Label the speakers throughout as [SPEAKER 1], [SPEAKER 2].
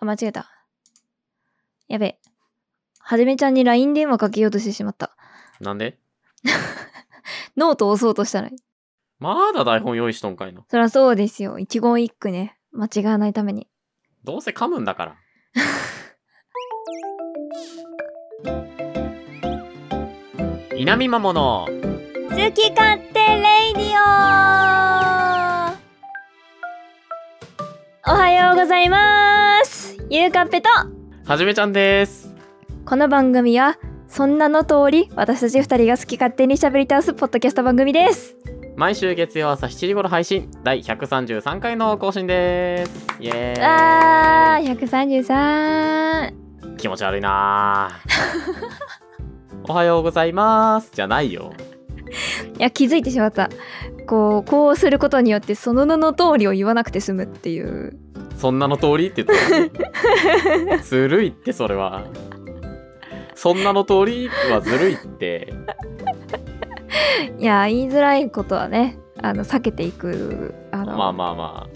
[SPEAKER 1] あ、間違えた。やべえ。はじめちゃんに LINE 電話かけようとしてしまった。
[SPEAKER 2] なんで
[SPEAKER 1] ノートを押そうとしたら、
[SPEAKER 2] まだ台本用意しとんかいな。
[SPEAKER 1] そらそうですよ。一言一句ね。間違わないために。
[SPEAKER 2] どうせ噛むんだから。 南まもの
[SPEAKER 1] 好き勝手レイディオおはようございますゆうかっぺと
[SPEAKER 2] はじめちゃんです。
[SPEAKER 1] この番組はそんなの通り私たち二人が好き勝手に喋り倒すポッドキャスト番組です
[SPEAKER 2] 毎週月曜朝7時頃配信第133回の更新です。イエ
[SPEAKER 1] わ
[SPEAKER 2] ー
[SPEAKER 1] ー133
[SPEAKER 2] イ。気持ち悪いなー。 おはようございますじゃないよ。
[SPEAKER 1] いや気づいてしまったこうこうすることによってその名の通りを言わなくて済むっていう
[SPEAKER 2] そんなの通りって言ってた。ずるいってそれは。そんなの通りはずるいって。
[SPEAKER 1] いや言いづらいことはねあの避けていくあの、
[SPEAKER 2] まあまあま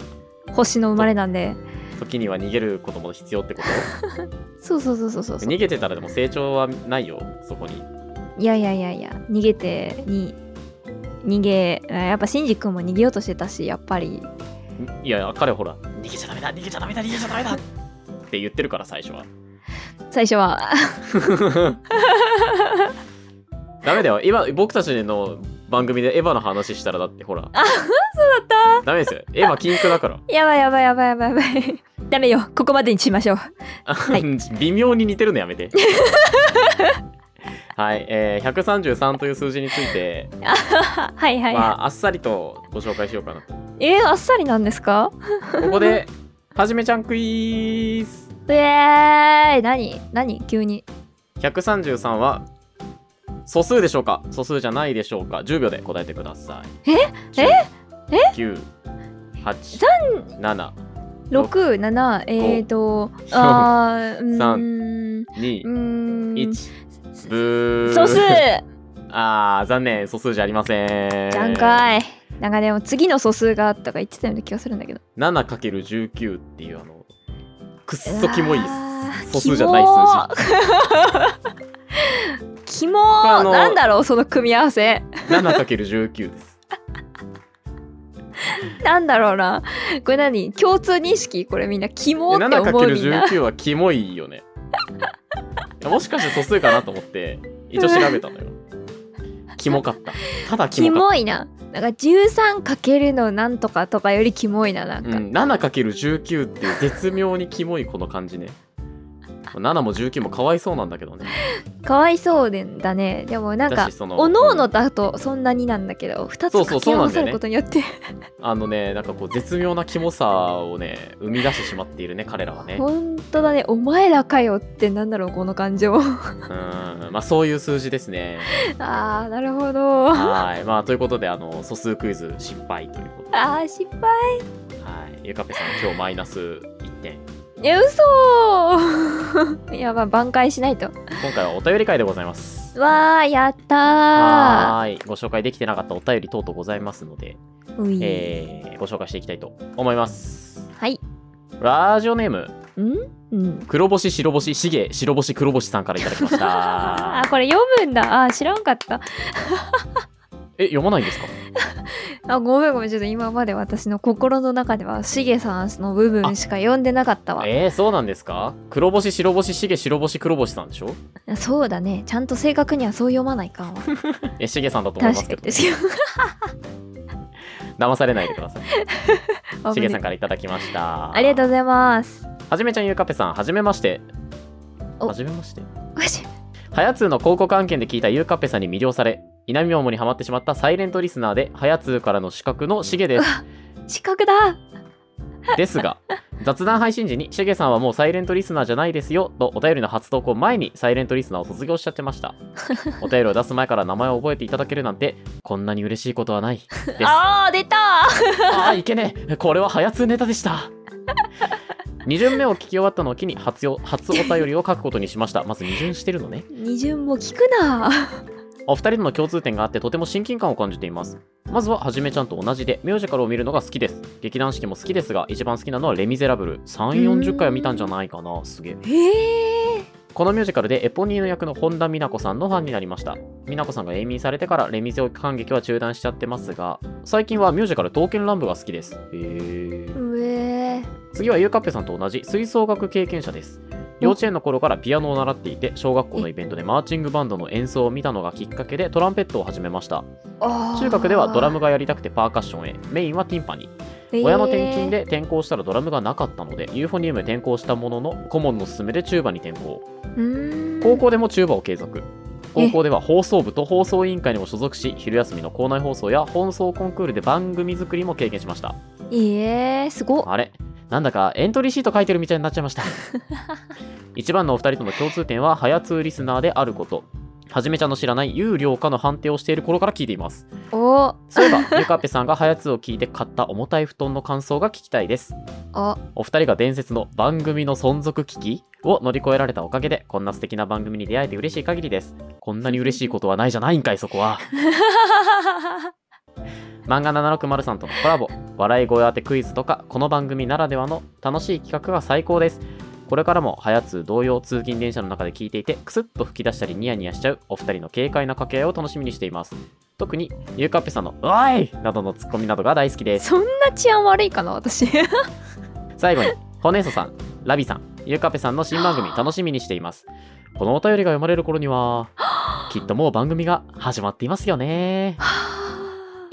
[SPEAKER 1] 星の生まれなんで
[SPEAKER 2] あ時には逃げることも必要ってこと
[SPEAKER 1] そうそうそうそう そうそう
[SPEAKER 2] 逃げてたらでも成長はないよそこに
[SPEAKER 1] いやいやいやいや逃げてに逃げあやっぱシンジ君も逃げようとしてたしやっぱり
[SPEAKER 2] いやいや彼ほら逃げちゃダメだ逃げちゃダメだ逃げちゃダメだって言ってるから最初は
[SPEAKER 1] 最初は
[SPEAKER 2] ダメだよ エヴァ僕たちの番組でエヴァの話したらだってほら
[SPEAKER 1] あ
[SPEAKER 2] そうだったダメですよエヴァ禁句だから、
[SPEAKER 1] やばいやばいやばいやばいやばい ダメよここまでにしましょう い
[SPEAKER 2] 微妙に似てるのやめて はい、えー、133という数字について、
[SPEAKER 1] はいはい、
[SPEAKER 2] ま
[SPEAKER 1] は
[SPEAKER 2] あ、あっさりとご紹介しようかなと
[SPEAKER 1] い。えー、あっさりなんですか
[SPEAKER 2] ここではじめちゃんクイズ
[SPEAKER 1] うえーい何何急に
[SPEAKER 2] 133は素数でしょうか素数じゃないでしょうか10秒で答えてください
[SPEAKER 1] え
[SPEAKER 2] え
[SPEAKER 1] え
[SPEAKER 2] 9 8 7
[SPEAKER 1] 六七えー とあーうーんう
[SPEAKER 2] 2
[SPEAKER 1] ーん
[SPEAKER 2] 1ブー
[SPEAKER 1] 素数
[SPEAKER 2] あー残念素数じゃありません
[SPEAKER 1] じゃんかいなんかでも次の素数があったか言ってたような気がするんだけど
[SPEAKER 2] 7×19 っていうあのくっそキモい
[SPEAKER 1] あー
[SPEAKER 2] 素数じゃない数字
[SPEAKER 1] キ モ
[SPEAKER 2] これあ
[SPEAKER 1] ー
[SPEAKER 2] の
[SPEAKER 1] なんだろうその組み合わせ
[SPEAKER 2] 7×19 です
[SPEAKER 1] なんだろうなこれ何共通認識これみんなキモーって思うみんな
[SPEAKER 2] 7×19 はキモいよ ねいやもしかして素数かなと思って一応調べたのよキモかったただキ
[SPEAKER 1] キ
[SPEAKER 2] モかっ
[SPEAKER 1] モいななんか13かけるのなんとかとかよりキモいななん
[SPEAKER 2] た
[SPEAKER 1] か、
[SPEAKER 2] うん、7×19 っていう絶妙にキモいこの感じね7も19もかわいそうなんだけどね
[SPEAKER 1] かわいそうでだねでもなんか
[SPEAKER 2] だしその
[SPEAKER 1] おのおのだとそんなになんだけど2つ
[SPEAKER 2] そうそ
[SPEAKER 1] 掛
[SPEAKER 2] うそ
[SPEAKER 1] け
[SPEAKER 2] う
[SPEAKER 1] 合
[SPEAKER 2] なん
[SPEAKER 1] わ
[SPEAKER 2] だよ
[SPEAKER 1] せ
[SPEAKER 2] ね
[SPEAKER 1] ることによって
[SPEAKER 2] あのねなんかこう絶妙なキモさをね生み出してしまっているね彼らはねう
[SPEAKER 1] 本当だねお前らかよってなんだろうこの感情 あ
[SPEAKER 2] んまあそういう数字で すね
[SPEAKER 1] ーなるほどあ
[SPEAKER 2] はいまあということであの素数クイズ失敗ということで
[SPEAKER 1] ー失敗
[SPEAKER 2] はいゆかぺさん今日マイナス1点
[SPEAKER 1] え嘘 いやば挽回しないと
[SPEAKER 2] 今回はお便り会でございます。
[SPEAKER 1] わーやったー
[SPEAKER 2] はーい、ご紹介できてなかったお便り等々ございますので、
[SPEAKER 1] うい
[SPEAKER 2] えーご紹介していきたいと思います。
[SPEAKER 1] はい
[SPEAKER 2] ラジオネーム、
[SPEAKER 1] うん
[SPEAKER 2] 黒星白星しげ白星黒星さんからいただきまし
[SPEAKER 1] あ
[SPEAKER 2] た
[SPEAKER 1] ー。これ読むんだあー知らんかった
[SPEAKER 2] え、読まないんですか
[SPEAKER 1] あごめんごめんちょっと今まで私の心の中ではしげさんの部分しか読んでなかったわ
[SPEAKER 2] えー、そうなんですか黒星白星しげ白星黒星さんでしょ
[SPEAKER 1] そうだねちゃんと正確にはそう読まないかんわ
[SPEAKER 2] え、しげさんだと思いま
[SPEAKER 1] 確か
[SPEAKER 2] すけ
[SPEAKER 1] に
[SPEAKER 2] ど、
[SPEAKER 1] ですよ
[SPEAKER 2] 騙されないでく ださい。しげさん
[SPEAKER 1] か
[SPEAKER 2] からいただきました。
[SPEAKER 1] ありがとうございます
[SPEAKER 2] はじめちゃんゆうかぺさん、はじめまして。
[SPEAKER 1] お
[SPEAKER 2] はじめまして。
[SPEAKER 1] よし
[SPEAKER 2] ハヤツーの広告案件で聞いたゆうかっぺさんに魅了され、稲見桃にハマってしまったサイレントリスナーで、ハヤツーからの資格のしげです。
[SPEAKER 1] 資格だ
[SPEAKER 2] ですが、雑談配信時に、しげさんはもうサイレントリスナーじゃないですよ、とお便りの初投稿前にサイレントリスナーを卒業しちゃってました。お便りを出す前から名前を覚えていただけるなんて、こんなに嬉しいことはない。です。あ
[SPEAKER 1] あー出た
[SPEAKER 2] あー、いけねえ。これはハヤツーネタでした。2巡目を聞き終わったのを機に初よ初お便りを書くことにしました。まず2巡してるのね。
[SPEAKER 1] 二巡も聞くな
[SPEAKER 2] お二人との共通点があってとても親近感を感じていますまずははじめちゃんと同じでミュージカルを見るのが好きです劇団四季も好きですが一番好きなのは「レ・ミゼラブル」3 4 0回は見たんじゃないかなすげえ
[SPEAKER 1] へえ
[SPEAKER 2] このミュージカルでエポニーの役の本田美奈子さんのファンになりました美奈子さんが永眠されてからレミゼ感劇は中断しちゃってますが最近はミュージカル「刀剣乱舞」が好きですへえ
[SPEAKER 1] うえ
[SPEAKER 2] 次はゆうかっぺさんと同じ吹奏楽経験者です幼稚園の頃からピアノを習っていて小学校のイベントでマーチングバンドの演奏を見たのがきっかけでトランペットを始めました中学ではドラムがやりたくてパーカッションへメインはティンパニ親の転勤で転校したらドラムがなかったのでユーフォニウムへ転校したものの顧問の勧めでチューバに転校高校でもチューバを継続高校では放送部と放送委員会にも所属し昼休みの校内放送や放送コンクールで番組作りも経験しました
[SPEAKER 1] いえーすごっ
[SPEAKER 2] あれなんだかエントリーシート書いてるみたいになっちゃいました一番のお二人との共通点は早通リスナーであることはじめちゃんの知らない有料化の判定をしている頃から聞いています
[SPEAKER 1] お
[SPEAKER 2] そういえばゆかっぺさんが早通を聞いて買った重たい布団の感想が聞きたいです
[SPEAKER 1] あ
[SPEAKER 2] お二人が伝説の番組の存続危機を乗り越えられたおかげでこんな素敵な番組に出会えて嬉しい限りですこんなに嬉しいことはないじゃないんかいそこは漫画760さんとのコラボ笑い声当てクイズとかこの番組ならではの楽しい企画が最高ですこれからも早通同様通勤電車の中で聞いていてクスッと吹き出したりニヤニヤしちゃうお二人の軽快な掛け合いを楽しみにしています特にゆうかっぺさんの「おい!」などのツッコミなどが大好きです
[SPEAKER 1] そんな治安悪いかな 私
[SPEAKER 2] 最後にホネソさんラビさんゆうかっぺさんの新番組楽しみにしていますこのお便りが読まれる頃にはきっともう番組が始まっていますよね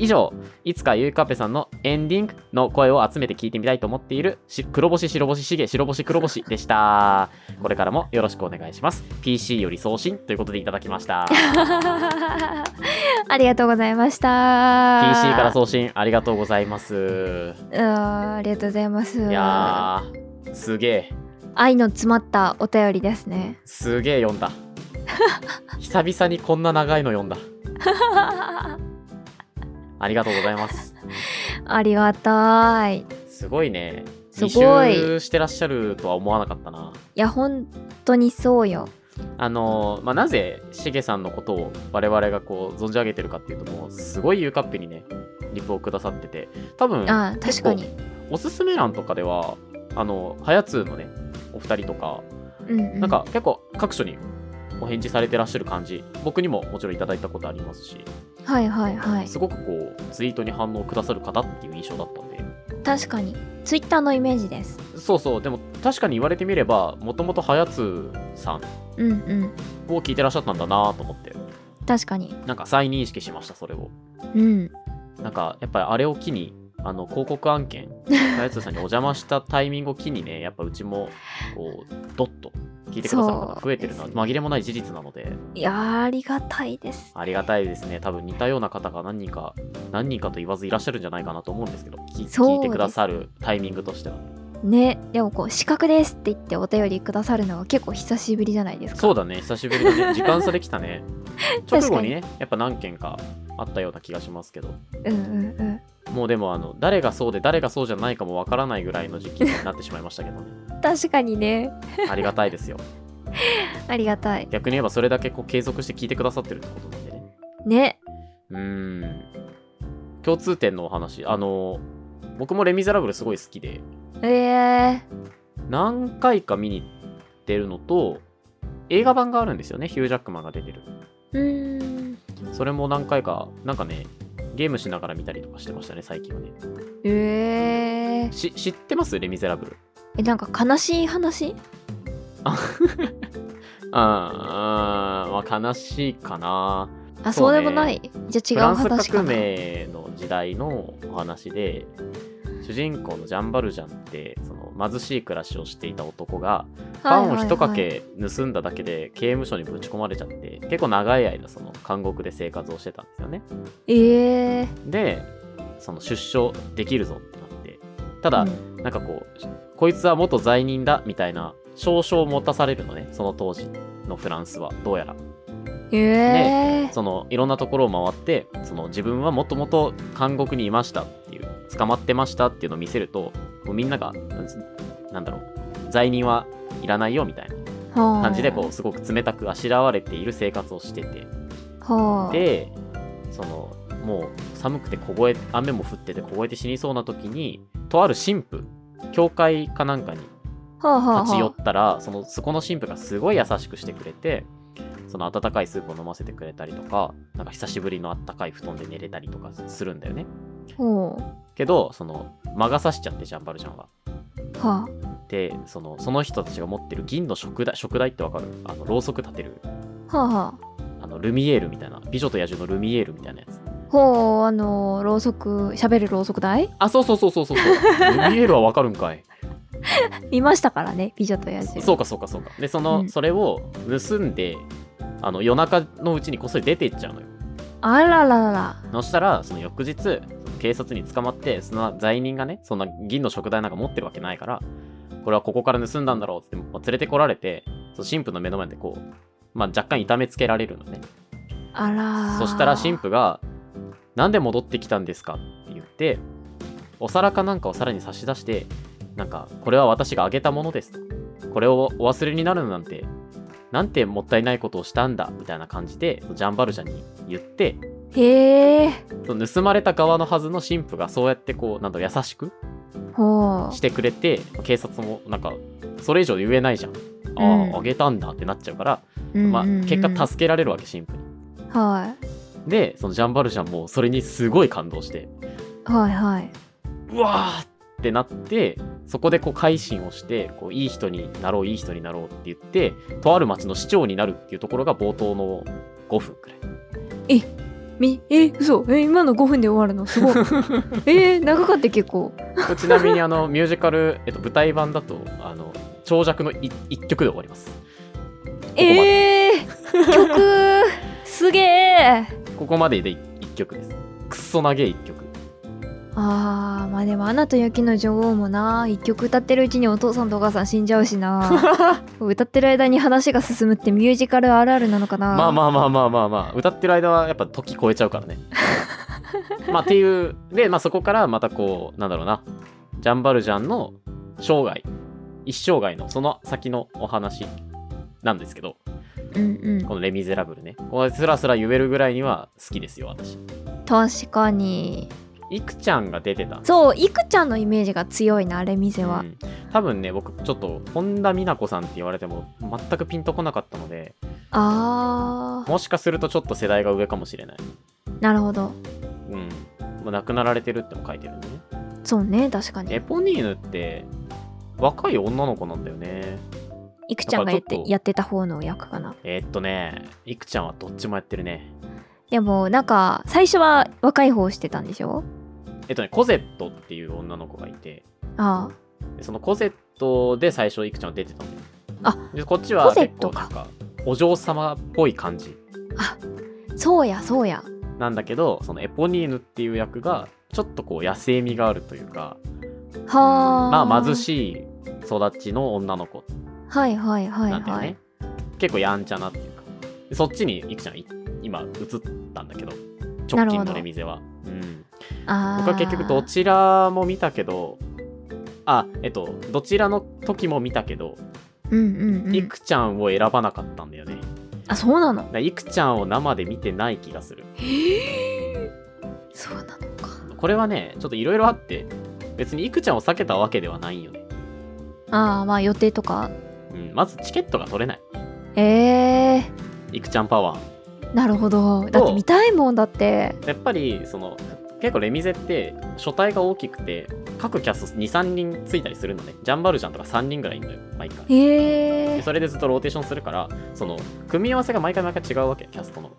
[SPEAKER 2] 以上いつかゆうかっぺさんのエンディングの声を集めて聞いてみたいと思っているし黒星白星しげ白星黒星でしたこれからもよろしくお願いします PC より送信ということでいただきました PC
[SPEAKER 1] ありがとうございました
[SPEAKER 2] PC から送信ありがとうございます
[SPEAKER 1] あーありがとうございます
[SPEAKER 2] いやーすげえ
[SPEAKER 1] 愛の詰まったお便りですね
[SPEAKER 2] すげえ読んだ久々にこんな長いの読んだありがとうございます
[SPEAKER 1] ありがたいい
[SPEAKER 2] すごいね
[SPEAKER 1] すごい
[SPEAKER 2] 二周してらっしゃるとは思わなかったな
[SPEAKER 1] や本当にそうよ
[SPEAKER 2] あのーまあ、なぜしげさんのことを我々がこう存じ上げてるかっていうともうすごいゆうかっぺにねリプをくださってて多分
[SPEAKER 1] あー確かに
[SPEAKER 2] おすすめ欄とかではあのはやつーのねお二人とか
[SPEAKER 1] うんうん
[SPEAKER 2] なんか結構各所にお返事されてらっしゃる感じ僕にももちろんいただいたことありますし
[SPEAKER 1] はいはいはい
[SPEAKER 2] すごくこうツイートに反応くださる方っていう印象だったんで
[SPEAKER 1] 確かにツイッターのイメージです
[SPEAKER 2] そうそうでも確かに言われてみればもともとはやつーさん
[SPEAKER 1] うんうん
[SPEAKER 2] を聞いてらっしゃったんだなと思って
[SPEAKER 1] 確かに
[SPEAKER 2] なんか再認識しましたそれを
[SPEAKER 1] うん
[SPEAKER 2] なんかやっぱりあれを機にあの広告 案件はやつーさんにお邪魔したタイミングを機にねやっぱうちもこうドッと聞いてくださる方が増えてるのは
[SPEAKER 1] そうですね
[SPEAKER 2] 紛れもない事実なので
[SPEAKER 1] いやーありがたいです
[SPEAKER 2] ありがたいですね多分似たような方が何人か何人かと言わずいらっしゃるんじゃないかなと思うんですけど聞
[SPEAKER 1] そうです
[SPEAKER 2] 聞いてくださるタイミングとしては
[SPEAKER 1] ねでもこう「資格です」って言ってお便りくださるのは結構久しぶりじゃないですか
[SPEAKER 2] そうだね久しぶりだね時間差できたね直後にねやっぱ何件かあったような気がしますけど
[SPEAKER 1] うんうんうん
[SPEAKER 2] もうでもあの誰がそうで誰がそうじゃないかもわからないぐらいの時期になってしまいましたけどね
[SPEAKER 1] 確かにね
[SPEAKER 2] ありがたいですよ
[SPEAKER 1] ありがたい
[SPEAKER 2] 逆に言えばそれだけこう継続して聞いてくださってるってことなんでね
[SPEAKER 1] ね
[SPEAKER 2] うーん共通点のお話あの僕も「レ・ミゼラブル」すごい好きで
[SPEAKER 1] ええ
[SPEAKER 2] 何回か見に行ってるのと映画版があるんですよねヒュー・ジャックマンが出てる
[SPEAKER 1] うーん
[SPEAKER 2] それも何回かなんかねゲームしながら見たりとかしてましたね最近はね
[SPEAKER 1] ええ
[SPEAKER 2] し知ってますレ・ミゼラブル
[SPEAKER 1] えなんか悲しい話
[SPEAKER 2] あーあー、まあ、悲しいかな
[SPEAKER 1] あ
[SPEAKER 2] そ
[SPEAKER 1] そうう,、
[SPEAKER 2] ね
[SPEAKER 1] でもないじ
[SPEAKER 2] フ
[SPEAKER 1] ゃあ違う
[SPEAKER 2] ランス
[SPEAKER 1] 話か
[SPEAKER 2] 革
[SPEAKER 1] な
[SPEAKER 2] 命の時代のお話で主人公のジャンバルジャンってその貧しい暮らしをしていた男がパンを一かけ盗んだだけで刑務所にぶち込まれちゃって結構長い間その監獄で生活をしてたんですよね
[SPEAKER 1] ええ
[SPEAKER 2] でその出所できるぞってなってただ、
[SPEAKER 1] うん
[SPEAKER 2] なんかこうこいつは元罪人だみたいな証書を持たされるのねその当時のフランスはどうやら
[SPEAKER 1] ええ
[SPEAKER 2] そのいろんなところを回ってその自分はもともと監獄にいましたっていう捕まってましたっていうのを見せるともうみんながなんつなんだろう罪人はいらないよみたいな
[SPEAKER 1] はあ
[SPEAKER 2] 感じでこうすごく冷たくあしらわれている生活をしてて
[SPEAKER 1] はあ
[SPEAKER 2] でそのもう寒くて凍え雨も降ってて凍えて死にそうな時にとある神父教会かなんかに
[SPEAKER 1] はあはあ
[SPEAKER 2] 立ち寄
[SPEAKER 1] は
[SPEAKER 2] ったらそのそこの神父がすごい優しくしてくれてその温かいスープを飲ませてくれたりとかなんか久しぶりの温かい布団で寝れたりとかするんだよね
[SPEAKER 1] あほう
[SPEAKER 2] けどその魔が差しちゃってジャンバルちゃんは
[SPEAKER 1] は
[SPEAKER 2] でそのその人たちが持ってる銀の食台食台ってわかるあのろうそく立てる
[SPEAKER 1] あはあはあ
[SPEAKER 2] あのルミエールみたいな美女と野獣のルミエールみたいなやつ
[SPEAKER 1] ほうあのろうそく喋るろうそく台
[SPEAKER 2] あそうそうそうそうそうそう ルミエールはわかるんかい
[SPEAKER 1] 見ましたからね美女と野獣
[SPEAKER 2] そうかそうかそうかでその、
[SPEAKER 1] うん
[SPEAKER 2] それを盗んであの夜中のうちにこっそり出ていっちゃうのよ
[SPEAKER 1] あらららら
[SPEAKER 2] そしたらその翌日その警察に捕まってその罪人がねそんな銀の食材なんか持ってるわけないからこれはここから盗んだんだろうっつって、まあ連れてこられてその神父の目の前でこう、まあ、若干痛めつけられるのね
[SPEAKER 1] あら
[SPEAKER 2] そしたら神父が「なんで戻ってきたんですか?」って言ってお皿かなんかをさらに差し出してなんか「これは私があげたものです」これをお忘れになるなんてなんてもったいないことをしたんだみたいな感じでジャンバルジャに言って
[SPEAKER 1] へえ
[SPEAKER 2] その盗まれた側のはずの神父がそうやってこうなんだろう優しく
[SPEAKER 1] ほ
[SPEAKER 2] してくれて警察もなんかそれ以上言えないじゃんああ、
[SPEAKER 1] うん
[SPEAKER 2] あげたんだってなっちゃうから、
[SPEAKER 1] う、
[SPEAKER 2] まあ、
[SPEAKER 1] うんうんうん
[SPEAKER 2] 結果助けられるわけ神父に
[SPEAKER 1] はい
[SPEAKER 2] でそのジャンバルジャンもそれにすごい感動して
[SPEAKER 1] はいはいう
[SPEAKER 2] わーってなってそこでこう改心をしてこういい人になろういい人になろうって言ってとある町の市長になるっていうところが冒頭の5分くらい
[SPEAKER 1] みえ嘘え今の5分で終わるのす ごいえー、長かった結構
[SPEAKER 2] これちなみにあのミュージカル、えっと、舞台版だとあの長尺のい一曲で終わります
[SPEAKER 1] ええー、曲すげえ
[SPEAKER 2] ここまでで1曲ですくっそ長え1曲
[SPEAKER 1] あーまあでも「アナと雪の女王」もな一曲歌ってるうちにお父さんとお母さん死んじゃうし な歌ってる間に話が進むってミュージカルあるあるなのかな
[SPEAKER 2] まあまあまあまあまあまあ歌ってる間はやっぱ時超えちゃうか らねまあっていうで、まあ、そこからまたこうなんだろうなジャンバルジャンの生涯一生涯のその先のお話なんですけど
[SPEAKER 1] うんうん
[SPEAKER 2] この「レ・ミゼラブルね」これすらすら言えるぐらいには好きですよ私
[SPEAKER 1] 確かに
[SPEAKER 2] いくちゃんが出てた
[SPEAKER 1] そういくちゃんのイメージが強いなあれ店は、
[SPEAKER 2] うん多分ね僕ちょっと本田美奈子さんって言われても全くピンとこなかったので
[SPEAKER 1] あ
[SPEAKER 2] もしかするとちょっと世代が上かもしれない
[SPEAKER 1] ーなるほど
[SPEAKER 2] うんまあ亡くなられてるっても書いてるんでね
[SPEAKER 1] そうね確かに
[SPEAKER 2] エポニーヌって若い女の子なんだよね
[SPEAKER 1] いくちゃんがやっ
[SPEAKER 2] だからちょ
[SPEAKER 1] て
[SPEAKER 2] っと
[SPEAKER 1] やってた方の役かな
[SPEAKER 2] えーっとねいくちゃんはどっちもやってるね
[SPEAKER 1] でもなんか最初は若い方をしてたんでしょ
[SPEAKER 2] えっとねコゼットっていう女の子がいて
[SPEAKER 1] あ
[SPEAKER 2] でそのコゼットで最初いくちゃんは出てたのよ
[SPEAKER 1] あ
[SPEAKER 2] でこっち
[SPEAKER 1] コ
[SPEAKER 2] は
[SPEAKER 1] ゼ
[SPEAKER 2] 結
[SPEAKER 1] ット
[SPEAKER 2] 構な
[SPEAKER 1] か
[SPEAKER 2] んかお嬢様っぽい感じ
[SPEAKER 1] あそうやそうや
[SPEAKER 2] なんだけどそのエポニーヌっていう役がちょっとこう野生味があるというか
[SPEAKER 1] はあ
[SPEAKER 2] まあ貧
[SPEAKER 1] い
[SPEAKER 2] しい育ちの女の子
[SPEAKER 1] はいはいはい
[SPEAKER 2] なんだよ
[SPEAKER 1] はい
[SPEAKER 2] ね、結構やんちゃなっていうかでそっちにいくちゃんい今移ったんだけど
[SPEAKER 1] な
[SPEAKER 2] 直
[SPEAKER 1] るほど
[SPEAKER 2] 近のレミゼは、うん、
[SPEAKER 1] あー
[SPEAKER 2] 僕は結局どちらも見たけどあえっとどちらの時も見たけど、
[SPEAKER 1] うんうんうん
[SPEAKER 2] いくちゃんを選ばなかったんだよねだか
[SPEAKER 1] あそうなの
[SPEAKER 2] らいくちゃんを生で見てない気がする
[SPEAKER 1] そうなのか
[SPEAKER 2] これはねちょっといろいろあって別にいくちゃんを避けたわけではないよね、
[SPEAKER 1] ああまあ予定とか
[SPEAKER 2] うん、まずチケットが取れない
[SPEAKER 1] ええ
[SPEAKER 2] いくちゃんパワー
[SPEAKER 1] ー、なるほどだって見たいもんだって
[SPEAKER 2] やっぱりその結構レミゼって書体が大きくて各キャスト23人ついたりするのねジャンバルジャンとか3人ぐらいいるのよ毎回
[SPEAKER 1] ええ
[SPEAKER 2] で
[SPEAKER 1] ー、
[SPEAKER 2] それでずっとローテーションするからその組み合わせが毎回毎回違うわけキャストの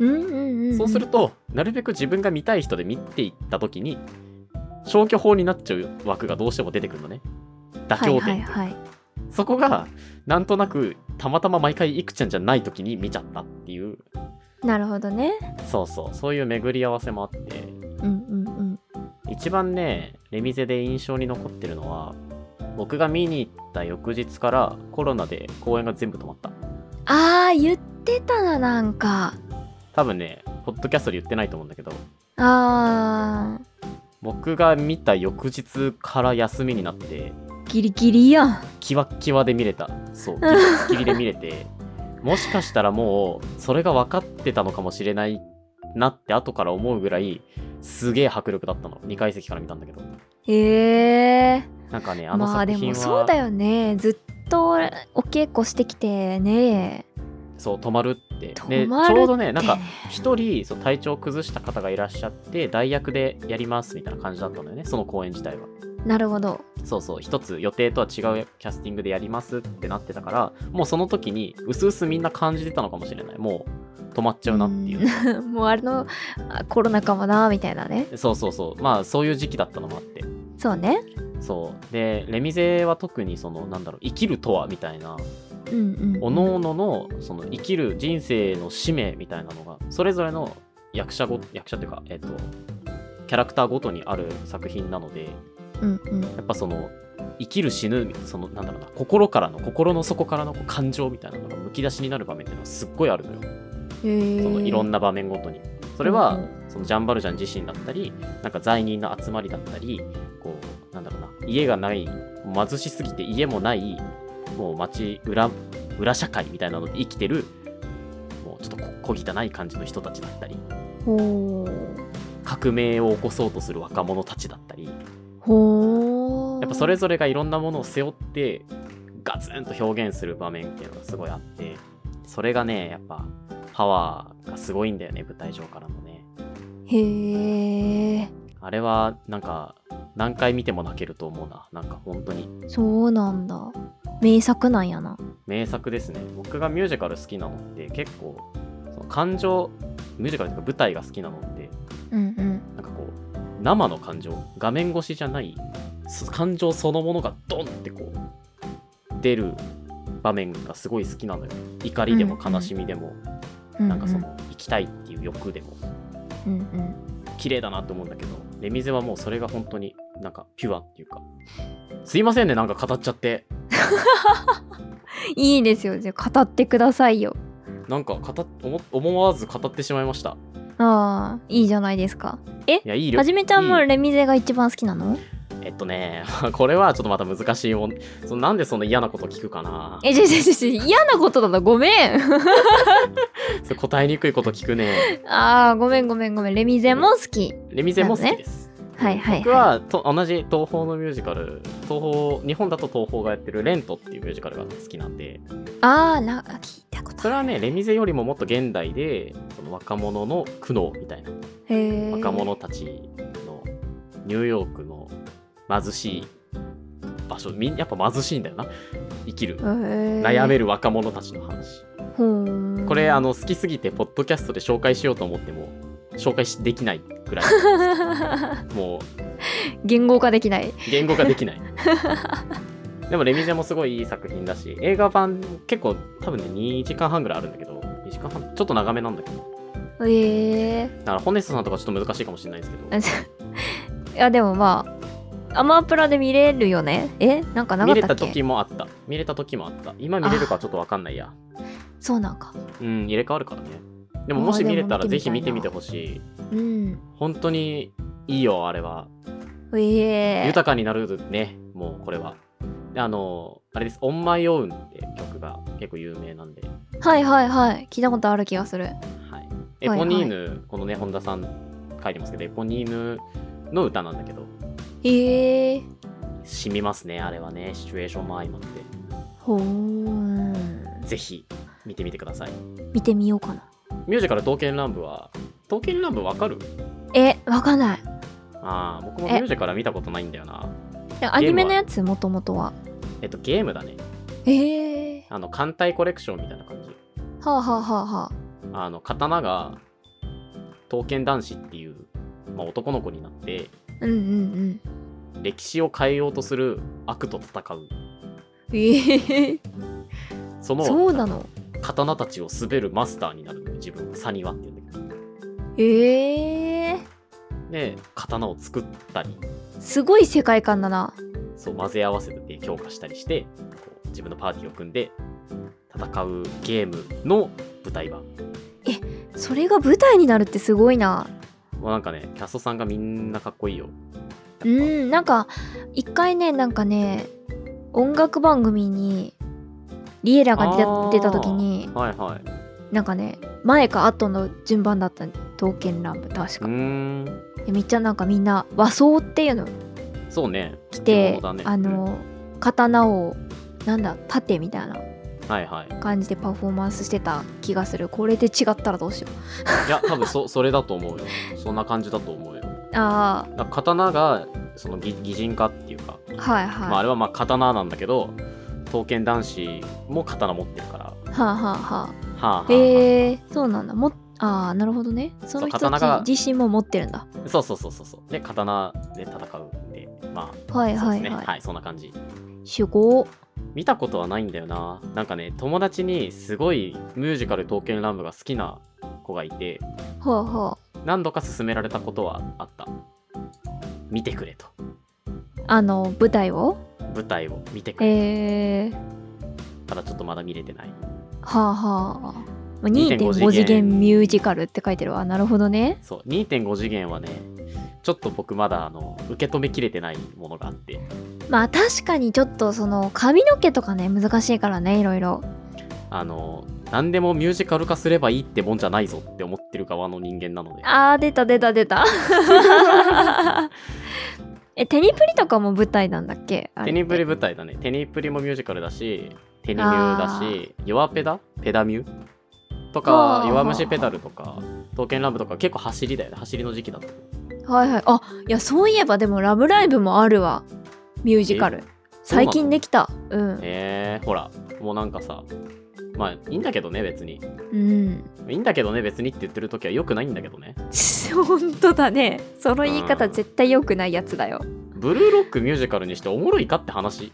[SPEAKER 1] うんうんうん
[SPEAKER 2] そうするとなるべく自分が見たい人で見ていった時に消去法になっちゃう枠がどうしても出てくるのね妥協
[SPEAKER 1] はい
[SPEAKER 2] 点、
[SPEAKER 1] はいはい
[SPEAKER 2] そこがなんとなくたまたま毎回いくちゃんじゃない時に見ちゃったっていう
[SPEAKER 1] なるほどね
[SPEAKER 2] そうそうそういう巡り合わせもあって
[SPEAKER 1] うんうんうん
[SPEAKER 2] 一番ねレミゼで印象に残ってるのは僕が見に行った翌日からコロナで公演が全部止まった
[SPEAKER 1] あー言ってたななんか
[SPEAKER 2] 多分ねポッドキャストで言ってないと思うんだけど
[SPEAKER 1] あ
[SPEAKER 2] 僕が見た翌日から休みになって
[SPEAKER 1] ーギリギリやん
[SPEAKER 2] キワッキワで見れたそうギリ ッギリで見れてもしかしたらもうそれが分かってたのかもしれないなって後から思うぐらいすげえ迫力だったの2階席から見たんだけど
[SPEAKER 1] ええ
[SPEAKER 2] なんかねあの
[SPEAKER 1] まあ
[SPEAKER 2] 作
[SPEAKER 1] で
[SPEAKER 2] 品
[SPEAKER 1] も
[SPEAKER 2] は、
[SPEAKER 1] そうだよねずっとお稽古してきてね
[SPEAKER 2] そう止まるってで
[SPEAKER 1] 止まるって
[SPEAKER 2] ちょうどねなんか一人そう体調崩した方がいらっしゃって代役でやりますみたいな感じだったんだよねその公演自体は
[SPEAKER 1] なるほど
[SPEAKER 2] そうそう一つ予定とは違うキャスティングでやりますってなってたからもうその時にうすうすみんな感じてたのかもしれないもう止まっちゃうなっていう
[SPEAKER 1] うんもうあれのあコロナかもなみたいなね
[SPEAKER 2] そうそうそうまあそういう時期だったのもあって
[SPEAKER 1] そうね
[SPEAKER 2] そうでレミゼは特にそのなんだろう生きるとはみたいな
[SPEAKER 1] うんうん、うん、
[SPEAKER 2] おのおののその生きる人生の使命みたいなのがそれぞれの役者ご役者というか、えっとキャラクターごとにある作品なので
[SPEAKER 1] うんうん
[SPEAKER 2] やっぱその生きる死ぬそのなんだろうな心からの心の底からのこう感情みたいなのがむき出しになる場面っていうのはすっごいあるのよ
[SPEAKER 1] へー
[SPEAKER 2] そのいろんな場面ごとに。それは、
[SPEAKER 1] うん
[SPEAKER 2] そのジャンバルジャン自身だったり、なんか罪人の集まりだったり、こう、なんだろうな、家がない、貧しすぎて家もない、もう町裏、裏社会みたいなので生きてる、もうちょっとこ小汚い感じの人たちだったり、
[SPEAKER 1] ほう
[SPEAKER 2] 革命を起こそうとする若者たちだったり、
[SPEAKER 1] ほう
[SPEAKER 2] やっぱそれぞれがいろんなものを背負ってガツンと表現する場面っていうのがすごいあってそれがねやっぱパワーがすごいんだよね舞台上からのね
[SPEAKER 1] へえ
[SPEAKER 2] あれはなんか何回見ても泣けると思うななんか本当に
[SPEAKER 1] そうなんだ名作なんやな
[SPEAKER 2] 名作ですね僕がミュージカル好きなのって結構その感情ミュージカルというか舞台が好きなのって
[SPEAKER 1] うんうん
[SPEAKER 2] なんかこう生の感情画面越しじゃないそ感情そのものがドンってこう出る場面がすごい好きなのよ怒りで
[SPEAKER 1] う
[SPEAKER 2] も
[SPEAKER 1] んうん
[SPEAKER 2] 悲しみでも、
[SPEAKER 1] う
[SPEAKER 2] なんかその生きたいっていう欲でも
[SPEAKER 1] うんうん
[SPEAKER 2] 綺麗だなと思うんだけどレミゼはもうそれが本当になんかピュアっていうかすいませんねなんか語っちゃって
[SPEAKER 1] いいですよじゃあ語ってくださいよ
[SPEAKER 2] なんか語っ思思わず語ってしまいました
[SPEAKER 1] ああいいじゃないですか
[SPEAKER 2] いやいいよ
[SPEAKER 1] はじめちゃんも
[SPEAKER 2] いい
[SPEAKER 1] レミゼが一番好きなの
[SPEAKER 2] えっとね これはちょっとまた難しいもんそのなんでそんな嫌なこと聞くかな
[SPEAKER 1] えじゃじゃじゃじゃ嫌なことだなごめん
[SPEAKER 2] それ答えにくいこと聞くね
[SPEAKER 1] あーごめんごめんごめんレミゼも好き
[SPEAKER 2] レミゼも好きです。
[SPEAKER 1] はいはいはい
[SPEAKER 2] 僕はと同じ東宝のミュージカル東宝日本だと東宝がやってる「レント」っていうミュージカルが好きなんで
[SPEAKER 1] あーなあ聞いたこと
[SPEAKER 2] そ
[SPEAKER 1] あ
[SPEAKER 2] れはねレミゼよりももっと現代でその若者の苦悩みたいな
[SPEAKER 1] るへえ
[SPEAKER 2] 若者たちのニューヨークの貧しい場所みんやっぱ貧しいんだよな生きる
[SPEAKER 1] 悩
[SPEAKER 2] 悩める若者たちの話
[SPEAKER 1] ほー
[SPEAKER 2] これあの好きすぎてポッドキャストで紹介しようと思っても紹介しできないぐらい もう
[SPEAKER 1] 言語化できない
[SPEAKER 2] 言語化できないでも「レミゼ」もすごいいい作品だし映画版結構多分ね2時間半ぐらいあるんだけど2時間半ちょっと長めなんだけど
[SPEAKER 1] ええ
[SPEAKER 2] だからホネストさんとかちょっと難しいかもしれないですけど
[SPEAKER 1] あじゃいやでもまあアマプラで見れるよねえなんかなか
[SPEAKER 2] 見
[SPEAKER 1] っ
[SPEAKER 2] れ
[SPEAKER 1] た
[SPEAKER 2] た
[SPEAKER 1] っけ
[SPEAKER 2] 時もあった見れた時もあった今見れるかちょっと分かんないや
[SPEAKER 1] そうなんか
[SPEAKER 2] うん入れ替わるからねでも
[SPEAKER 1] あー
[SPEAKER 2] もし見れたら
[SPEAKER 1] でも
[SPEAKER 2] ぜ
[SPEAKER 1] 見
[SPEAKER 2] ひ
[SPEAKER 1] て
[SPEAKER 2] 見
[SPEAKER 1] みた
[SPEAKER 2] て
[SPEAKER 1] いな
[SPEAKER 2] みてほしい
[SPEAKER 1] うん
[SPEAKER 2] 本当にいいよあれは
[SPEAKER 1] ええ
[SPEAKER 2] 豊かになるねもうこれはであのあれです「オンマイオウン」って曲が結構有名なんで
[SPEAKER 1] はいはいはい聞いたことある気がする
[SPEAKER 2] はい、
[SPEAKER 1] い
[SPEAKER 2] エポニーヌ、このね本田さん書いてますけどエポニーヌの歌なんだけど
[SPEAKER 1] ええ
[SPEAKER 2] 染みますねあれはねシチュエーションも相まって
[SPEAKER 1] ほー
[SPEAKER 2] ぜひ見てみてください
[SPEAKER 1] 見てみようかな
[SPEAKER 2] ミュージカル「刀剣乱舞」は刀剣乱舞わかる
[SPEAKER 1] えわかんない
[SPEAKER 2] ああ僕もミ
[SPEAKER 1] え
[SPEAKER 2] ュージカルは見たことないんだよな
[SPEAKER 1] アニメのやつもともとは
[SPEAKER 2] えっとゲームだね
[SPEAKER 1] ええ
[SPEAKER 2] あの艦隊コレクションみたいな感じ
[SPEAKER 1] はあはあはあはあ
[SPEAKER 2] あの刀が刀剣男子っていう、まあ、男の子になって
[SPEAKER 1] うんうんうん
[SPEAKER 2] 歴史を変えようとする悪と戦う
[SPEAKER 1] ええ
[SPEAKER 2] その
[SPEAKER 1] そうなの
[SPEAKER 2] 刀たちを滑るマスターになるのよ自分がサニワって言うんだけ
[SPEAKER 1] え
[SPEAKER 2] ど
[SPEAKER 1] え
[SPEAKER 2] で刀を作ったり
[SPEAKER 1] すごい世界観だな
[SPEAKER 2] そう混ぜ合わせて強化したりしてこう自分のパーティーを組んで戦うゲームの舞台版
[SPEAKER 1] それが舞台になるってすごいな
[SPEAKER 2] もうなんかねキャストさんがみんなかっこいいよ
[SPEAKER 1] う
[SPEAKER 2] やっ
[SPEAKER 1] んなんか一回ねなんかね音楽番組にリエラが出
[SPEAKER 2] あー
[SPEAKER 1] た出た時に
[SPEAKER 2] ぱはいはい
[SPEAKER 1] なんかね前か後の順番だったと刀剣乱舞確
[SPEAKER 2] う
[SPEAKER 1] か、
[SPEAKER 2] ーん
[SPEAKER 1] でめっちゃなんかみんな和装っていうの
[SPEAKER 2] そうね
[SPEAKER 1] 着て
[SPEAKER 2] そう、だね
[SPEAKER 1] あの刀をなんだ盾みたいな
[SPEAKER 2] はいはい
[SPEAKER 1] 感じでパフォーマンスしてた気がするこれで違ったらどうしよ
[SPEAKER 2] いや多分そ それだと思うよそんな感じだと思うよ
[SPEAKER 1] うあ
[SPEAKER 2] だから刀がその擬擬人化っていうか、
[SPEAKER 1] あはいはい、
[SPEAKER 2] まあ、あれはまあ刀なんだけど刀剣男子も刀持ってるからは
[SPEAKER 1] はあはあはあ
[SPEAKER 2] あ、はあはあ
[SPEAKER 1] へえそうなんだもああなるほどねその人
[SPEAKER 2] そ
[SPEAKER 1] た
[SPEAKER 2] う刀が
[SPEAKER 1] ち自身も持ってるんだ
[SPEAKER 2] そうそうそうそうそうで刀で戦うんでま
[SPEAKER 1] は
[SPEAKER 2] あ
[SPEAKER 1] い
[SPEAKER 2] そう
[SPEAKER 1] は
[SPEAKER 2] です
[SPEAKER 1] い
[SPEAKER 2] ね
[SPEAKER 1] はい、
[SPEAKER 2] はいそんな感じ
[SPEAKER 1] 主語
[SPEAKER 2] 見たことはないんだよななんかね友達にすごいミュージカル刀剣乱舞が好きな子がいて
[SPEAKER 1] はあは
[SPEAKER 2] 何度か勧められたことはあった見てくれと
[SPEAKER 1] ああの舞台を
[SPEAKER 2] 舞台を見てくれ、
[SPEAKER 1] えー、
[SPEAKER 2] ただちょっとまだ見れてない
[SPEAKER 1] はあはあ
[SPEAKER 2] 2.5
[SPEAKER 1] 2.5
[SPEAKER 2] 次元
[SPEAKER 1] 次元ミュージカルって書いてるわなるほどね
[SPEAKER 2] そう2.5次元はねちょっと僕まだあの受け止めきれてないものがあって
[SPEAKER 1] まあ確かにちょっとその髪の毛とかね難しいからねいろいろ
[SPEAKER 2] あの何でもミュージカル化すればいいってもんじゃないぞって思ってる側の人間なので
[SPEAKER 1] あー出た出た出た えテニプリとかも舞台なんだっけあれ
[SPEAKER 2] テニプリ舞台だねテニプリもミュージカルだしテニミュだし弱ペダペダミュと
[SPEAKER 1] は
[SPEAKER 2] か
[SPEAKER 1] あ
[SPEAKER 2] 弱虫ペダルとか刀剣乱舞とか結構走りだよね走りの時期だった
[SPEAKER 1] はいはいあいやそういえばでも「ラブライブ!」もあるわミュージカル最近できたうん
[SPEAKER 2] えー、ほらもうなんかさまあいいんだけどね別に
[SPEAKER 1] うん
[SPEAKER 2] いいんだけどね別にって言ってる時はよくないんだけどね
[SPEAKER 1] 本当だねその言い方
[SPEAKER 2] うん
[SPEAKER 1] 絶対良くないやつだよ
[SPEAKER 2] ブルーロックミュージカルにしておもろいかって話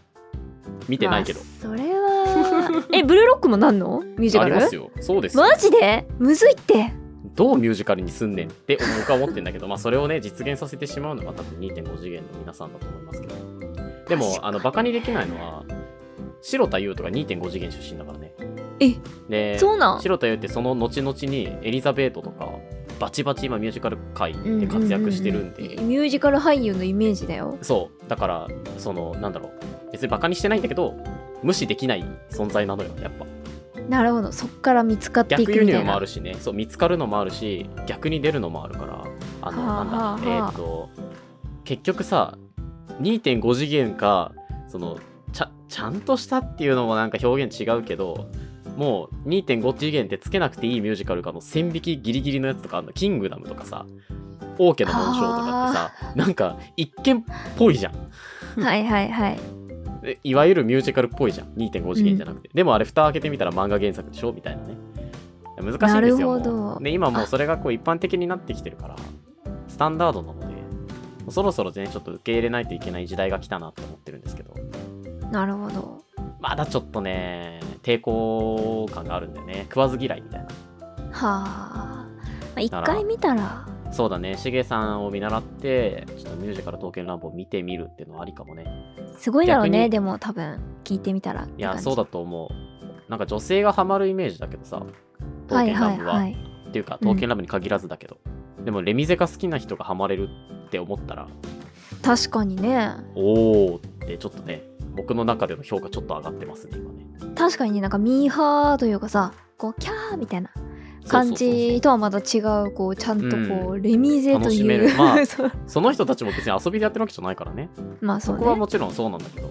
[SPEAKER 2] 見てないけど、
[SPEAKER 1] まあそれは えブルーロックもなんのミュージ
[SPEAKER 2] あ、
[SPEAKER 1] カ
[SPEAKER 2] り
[SPEAKER 1] ル
[SPEAKER 2] ますよそうですよ
[SPEAKER 1] マジでむずいって
[SPEAKER 2] どうミュージカルにすんねんって僕は思ってんだけどまあそれをね実現させてしまうのが多分2.5次元の皆さんだと思いますけどでも
[SPEAKER 1] 確かに
[SPEAKER 2] あのバカにできないのは白田優とか2.5次元出身だからね
[SPEAKER 1] え
[SPEAKER 2] で
[SPEAKER 1] そうなん
[SPEAKER 2] 白田優ってその後々にエリザベートとかバチバチ今ミュージカル界で活躍してるんで、
[SPEAKER 1] うううんミュージカル俳優のイメージだよ
[SPEAKER 2] そうだからそのなんだろう別にバカにしてないんだけど無視できない存在なのよやっぱ
[SPEAKER 1] なるほどそっから見つかってい
[SPEAKER 2] 逆
[SPEAKER 1] く
[SPEAKER 2] 輸
[SPEAKER 1] みた
[SPEAKER 2] 入
[SPEAKER 1] い
[SPEAKER 2] もあ
[SPEAKER 1] な
[SPEAKER 2] るしねそう見つかるのもあるし逆に出るのもあるからあ
[SPEAKER 1] は
[SPEAKER 2] の
[SPEAKER 1] あはあはあ
[SPEAKER 2] なんだえーっ、と結局さ2.5次元かそのちゃちゃんとしたっていうのもなんか表現違うけどもう2.5次元ってつけなくていいミュージカルかの線引きギリギリのやつとかあんのキングダムとかさ王家の紋章とかってさなんか一見っぽいじゃん
[SPEAKER 1] はいはいはい
[SPEAKER 2] でいわゆるミュージカルっぽいじゃん2.5次元じゃなくて、でもあれ蓋開けてみたら漫画原作でしょみたいなね難しいんですよ
[SPEAKER 1] なるほど
[SPEAKER 2] もうで今もうそれがこう一般的になってきてるからスタンダードなのでそろそろねちょっと受け入れないといけない時代が来たなと思ってるんですけど
[SPEAKER 1] なるほど
[SPEAKER 2] まだちょっとね抵抗感があるんだよね食わず嫌いみたいな
[SPEAKER 1] はあまあ一
[SPEAKER 2] だから
[SPEAKER 1] 回見たら
[SPEAKER 2] そうだねしげさんを見習ってちょっとミュージカル刀剣乱舞を見てみるっていうのはありかもね
[SPEAKER 1] すごいだろう
[SPEAKER 2] 逆
[SPEAKER 1] ね
[SPEAKER 2] に
[SPEAKER 1] でも多分聞いてみたら
[SPEAKER 2] いや
[SPEAKER 1] って感じ
[SPEAKER 2] そうだと思うなんか女性がハマるイメージだけどさ
[SPEAKER 1] は
[SPEAKER 2] 刀
[SPEAKER 1] い
[SPEAKER 2] 剣
[SPEAKER 1] はい
[SPEAKER 2] 乱舞は
[SPEAKER 1] はい
[SPEAKER 2] っていうか刀剣ラブに限らずだけど、でもレミゼが好きな人がハマれるって思ったら
[SPEAKER 1] 確かにね
[SPEAKER 2] おーってちょっとね僕の中での評価ちょっと上がってますね今ね
[SPEAKER 1] 確かにねなんかミーハーというかさこうキャーみたいな感じとはまた違うこうちゃんとこう、レミゼと
[SPEAKER 2] 楽しめ
[SPEAKER 1] い
[SPEAKER 2] る
[SPEAKER 1] う
[SPEAKER 2] ま あ
[SPEAKER 1] そう
[SPEAKER 2] その人たちも別に遊びでやってるわけじゃないからね
[SPEAKER 1] まあそ
[SPEAKER 2] そうこは
[SPEAKER 1] ね
[SPEAKER 2] もちろんそうなんだけど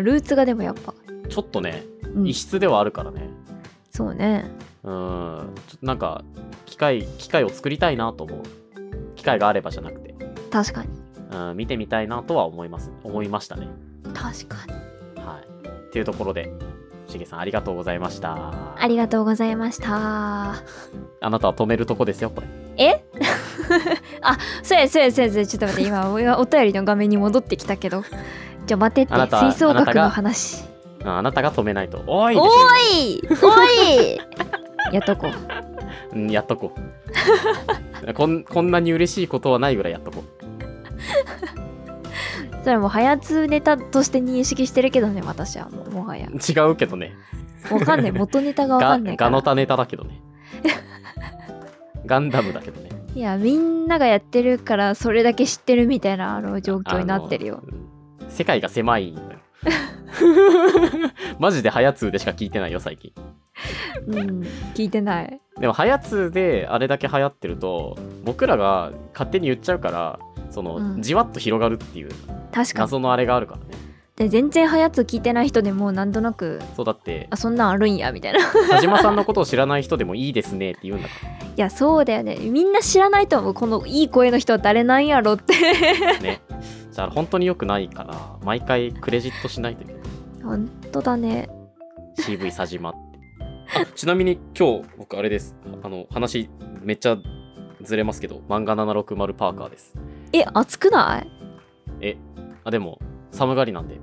[SPEAKER 1] ルーツがでもやっぱ、
[SPEAKER 2] ちょっとね
[SPEAKER 1] うん
[SPEAKER 2] 異、質ではあるからね
[SPEAKER 1] そうね
[SPEAKER 2] うんちょっとなんか機械機械を作りたいなと思う機械があればじゃなくて、
[SPEAKER 1] 確かに
[SPEAKER 2] うん、見てみたいなとは思います思いましたね
[SPEAKER 1] 確かに
[SPEAKER 2] はいっていうところでしげさんありがとうございました
[SPEAKER 1] ありがとうございました
[SPEAKER 2] あなたは止めるとこですよこれ
[SPEAKER 1] えあそうやそうやそうやそうやちょっと待って今お お便りの画面に戻ってきたけどじゃあ待ってって
[SPEAKER 2] あなた
[SPEAKER 1] 吹奏
[SPEAKER 2] あなた
[SPEAKER 1] 楽
[SPEAKER 2] が
[SPEAKER 1] の話
[SPEAKER 2] うんあなたが止めないと。おいでし
[SPEAKER 1] お
[SPEAKER 2] ょ
[SPEAKER 1] いおい やっとこう
[SPEAKER 2] 今うんやっとこう こん。こんなに嬉しいことはないぐらいやっとこう。
[SPEAKER 1] それもう早通ネタとして認識してるけどね私はもうもはや
[SPEAKER 2] 違うけどね。
[SPEAKER 1] わかん ない元ネタがわか
[SPEAKER 2] ガ
[SPEAKER 1] んないか
[SPEAKER 2] ガノ
[SPEAKER 1] ら
[SPEAKER 2] タネタだけどね。 ガンダムだけどね。
[SPEAKER 1] いやみんながやってるからそれだけ知ってるみたいなあの状況になってるよ
[SPEAKER 2] あの。うん世界が 狭いんだよ。マジで早通でしか聞いてないよ、最近。
[SPEAKER 1] うん、聞いてない。
[SPEAKER 2] でもはやつであれだけ流行ってると僕らが勝手に言っちゃうからその、
[SPEAKER 1] うん
[SPEAKER 2] じわっと広がるっていう
[SPEAKER 1] 確かに。
[SPEAKER 2] 謎のあれがあるからね
[SPEAKER 1] で全然はやつ聞いてない人でもなんとなく
[SPEAKER 2] そうだって
[SPEAKER 1] あそんなんあるんやみたいな い
[SPEAKER 2] 田島さんのことを知らない人でもいいですねって言うんだか
[SPEAKER 1] やそうだよねみんな知らないと思うこのいい声の人は誰なんやろって
[SPEAKER 2] らねじゃあ本当に良くないから毎回クレジットしないといけない
[SPEAKER 1] ほんとだね
[SPEAKER 2] CV 佐島ってあちなみに今日僕あれですあの話めっちゃずれますけど漫画760パーカーです
[SPEAKER 1] え暑くない
[SPEAKER 2] えあでも寒がりなんで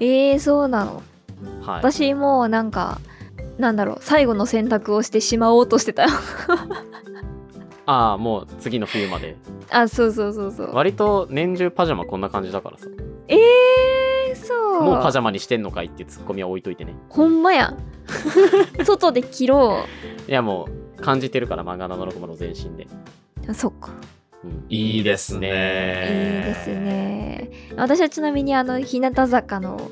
[SPEAKER 1] えー、そうなの
[SPEAKER 2] はい
[SPEAKER 1] 私もうなんかなんだろう最後の選択をしてしまおうとしてた
[SPEAKER 2] ああもう次の冬まで
[SPEAKER 1] あそうそうそうそう
[SPEAKER 2] 割と年中パジャマこんな感じだからさも
[SPEAKER 1] えー、そう
[SPEAKER 2] うパジャマにしてんのかいっていうツッコミは置いといてね
[SPEAKER 1] ほんま やん外で着ろ
[SPEAKER 2] いやもう感じてるから漫画760の全身で、
[SPEAKER 1] うあそっか
[SPEAKER 2] うんいいですね
[SPEAKER 1] いいですね私はちなみにあの日向坂の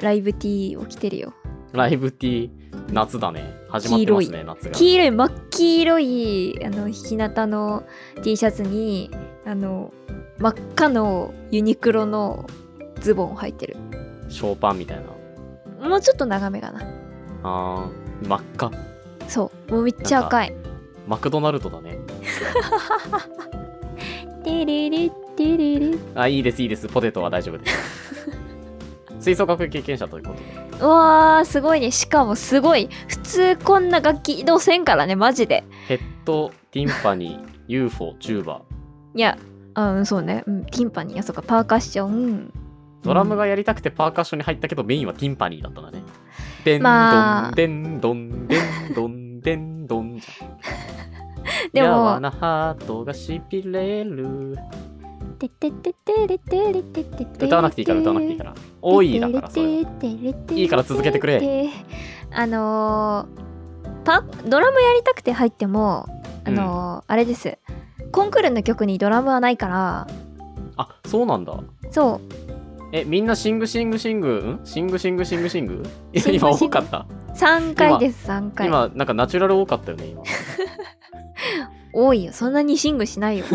[SPEAKER 1] ライブ T を着てるよ
[SPEAKER 2] ライブティー夏だね始まってますね夏が
[SPEAKER 1] 黄色い真っ黄色いあの日向の T シャツにあの真っ赤のユニクロのズボンを履いてる
[SPEAKER 2] ショーパンみたいな
[SPEAKER 1] もうちょっと長めかな
[SPEAKER 2] あー真っ赤
[SPEAKER 1] そうもうめっちゃ赤い
[SPEAKER 2] マクドナルドだね
[SPEAKER 1] テレレテレレ
[SPEAKER 2] あいいですいいですポテトは大丈夫です吹奏楽経験者ということで
[SPEAKER 1] うわーすごいねしかもすごい普通こんな楽器移動せんからねマジで
[SPEAKER 2] ヘッドティンパニー UFO チューバー
[SPEAKER 1] いやあうんそうね、うん、ティンパニーあそうかパーカッション
[SPEAKER 2] ドラムがやりたくてパーカッションに入ったけどメインはティンパニーだったんだね。でんど
[SPEAKER 1] まあ
[SPEAKER 2] んでんどんでんどんでんどんじゃん。
[SPEAKER 1] でも
[SPEAKER 2] やわなハートがしびれる。
[SPEAKER 1] てってってってれてれてってって
[SPEAKER 2] 歌わなくていいから歌わなくていいから。多いだからそれは。い
[SPEAKER 1] い
[SPEAKER 2] いから続けてくれ
[SPEAKER 1] あのーパドラムやりたくて入ってもあのーあれですコンクールの曲にドラムはないから
[SPEAKER 2] あそうなんだ。
[SPEAKER 1] そ
[SPEAKER 2] えみんなシングシングシングんシングシングシングシング
[SPEAKER 1] シング
[SPEAKER 2] 今多かった
[SPEAKER 1] う3回です3回
[SPEAKER 2] 今なんかナチュラル多かったよね今
[SPEAKER 1] 多いよそんなにシングしないよ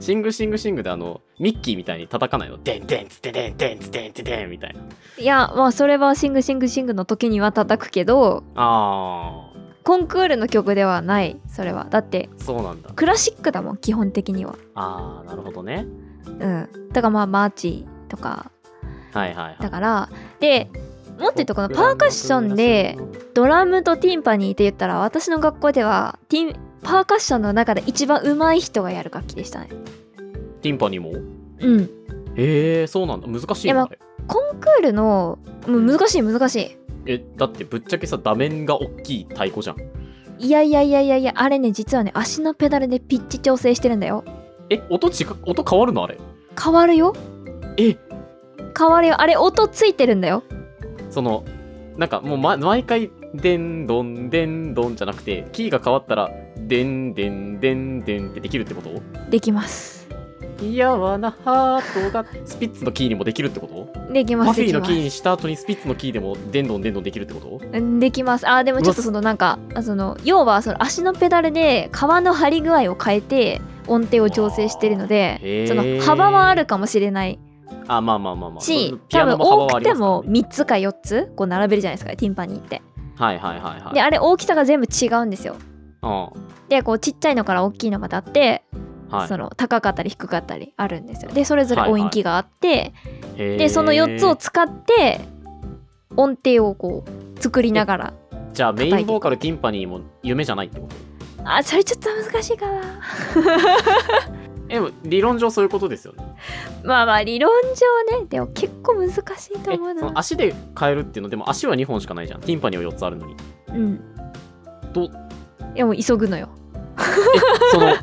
[SPEAKER 2] シングシングシングであのミッキーみたいに叩かないのでんでんつってでんでんつってでんつってでんみたいない
[SPEAKER 1] やまあそれはシングシングシングの時には叩くけど
[SPEAKER 2] あ
[SPEAKER 1] コンクールの曲ではないそれはだって
[SPEAKER 2] ーそうなんだ
[SPEAKER 1] クラシックだもん基本的には
[SPEAKER 2] あーなるほどね
[SPEAKER 1] うんだからまあマーチとか
[SPEAKER 2] はいはいはい
[SPEAKER 1] だからでもっと言うとこのパーカッションでドラムとティンパニーって言ったら私の学校ではティンパーカッションの中で一番上手い人がやる楽器でしたね
[SPEAKER 2] ティンパニーも
[SPEAKER 1] うん
[SPEAKER 2] えー、そうなんだ難し
[SPEAKER 1] い
[SPEAKER 2] い
[SPEAKER 1] やま
[SPEAKER 2] な
[SPEAKER 1] あ
[SPEAKER 2] あれ
[SPEAKER 1] コンクールのもう難しい難し
[SPEAKER 2] えだってぶっちゃけさ座面が大きい太鼓じゃん
[SPEAKER 1] いいやいやいやいやいやあれね実はね足のペダルでピッチ調整してるんだよ
[SPEAKER 2] え音違う音変わるのあれ
[SPEAKER 1] 変わるよ
[SPEAKER 2] え
[SPEAKER 1] 変わるよあれ音ついてるんだよ
[SPEAKER 2] そのなんかもう、ま、毎回でんどんでんどんじゃなくてキーが変わったらでんでんでんでんってできるってこと
[SPEAKER 1] できます
[SPEAKER 2] 嫌わなハートがスピッツのキーにもできるってこと
[SPEAKER 1] できま
[SPEAKER 2] パ
[SPEAKER 1] す
[SPEAKER 2] フィ
[SPEAKER 1] でき
[SPEAKER 2] ーの
[SPEAKER 1] ま
[SPEAKER 2] キー
[SPEAKER 1] す
[SPEAKER 2] にした後にスピッツのキーでもでんどんでんどんできるってこと
[SPEAKER 1] うんできますあーでもちょっとそのなんかあその要はその足のペダルで皮の張り具合を変えて音程を調整してるの
[SPEAKER 2] わーへ
[SPEAKER 1] で
[SPEAKER 2] ー
[SPEAKER 1] その幅はあるかもしれない
[SPEAKER 2] あまあまあまあまあ
[SPEAKER 1] し
[SPEAKER 2] ピ
[SPEAKER 1] 多
[SPEAKER 2] ア
[SPEAKER 1] 分
[SPEAKER 2] ノの
[SPEAKER 1] 多
[SPEAKER 2] 幅はあ
[SPEAKER 1] くて
[SPEAKER 2] りますから
[SPEAKER 1] も
[SPEAKER 2] ね
[SPEAKER 1] 3つか4つこう並べるじゃないですかティンパニーって。
[SPEAKER 2] はいはいはいはい
[SPEAKER 1] であれ大きさが全部違うんですよ。
[SPEAKER 2] うん
[SPEAKER 1] でこうちっちゃいのから大きいのまであって、
[SPEAKER 2] はい
[SPEAKER 1] その高かったり低かったりあるんですよ。でそれぞれ音域があって、
[SPEAKER 2] へー
[SPEAKER 1] でその4つを使って音程をこう作りながら。
[SPEAKER 2] じゃあメインボーカルティンパニーも夢じゃないってこと
[SPEAKER 1] あそれちょっと難しいかな。
[SPEAKER 2] えでも理論上そういうことですよね
[SPEAKER 1] まあまあ理論上ねでも結構難しいと
[SPEAKER 2] えそ
[SPEAKER 1] 思うな
[SPEAKER 2] の。足で変えるっていうのでも足は2本しかないじゃんティンパニーは4つあるのに
[SPEAKER 1] うん。
[SPEAKER 2] ど
[SPEAKER 1] いやもう急ぐのよ。
[SPEAKER 2] その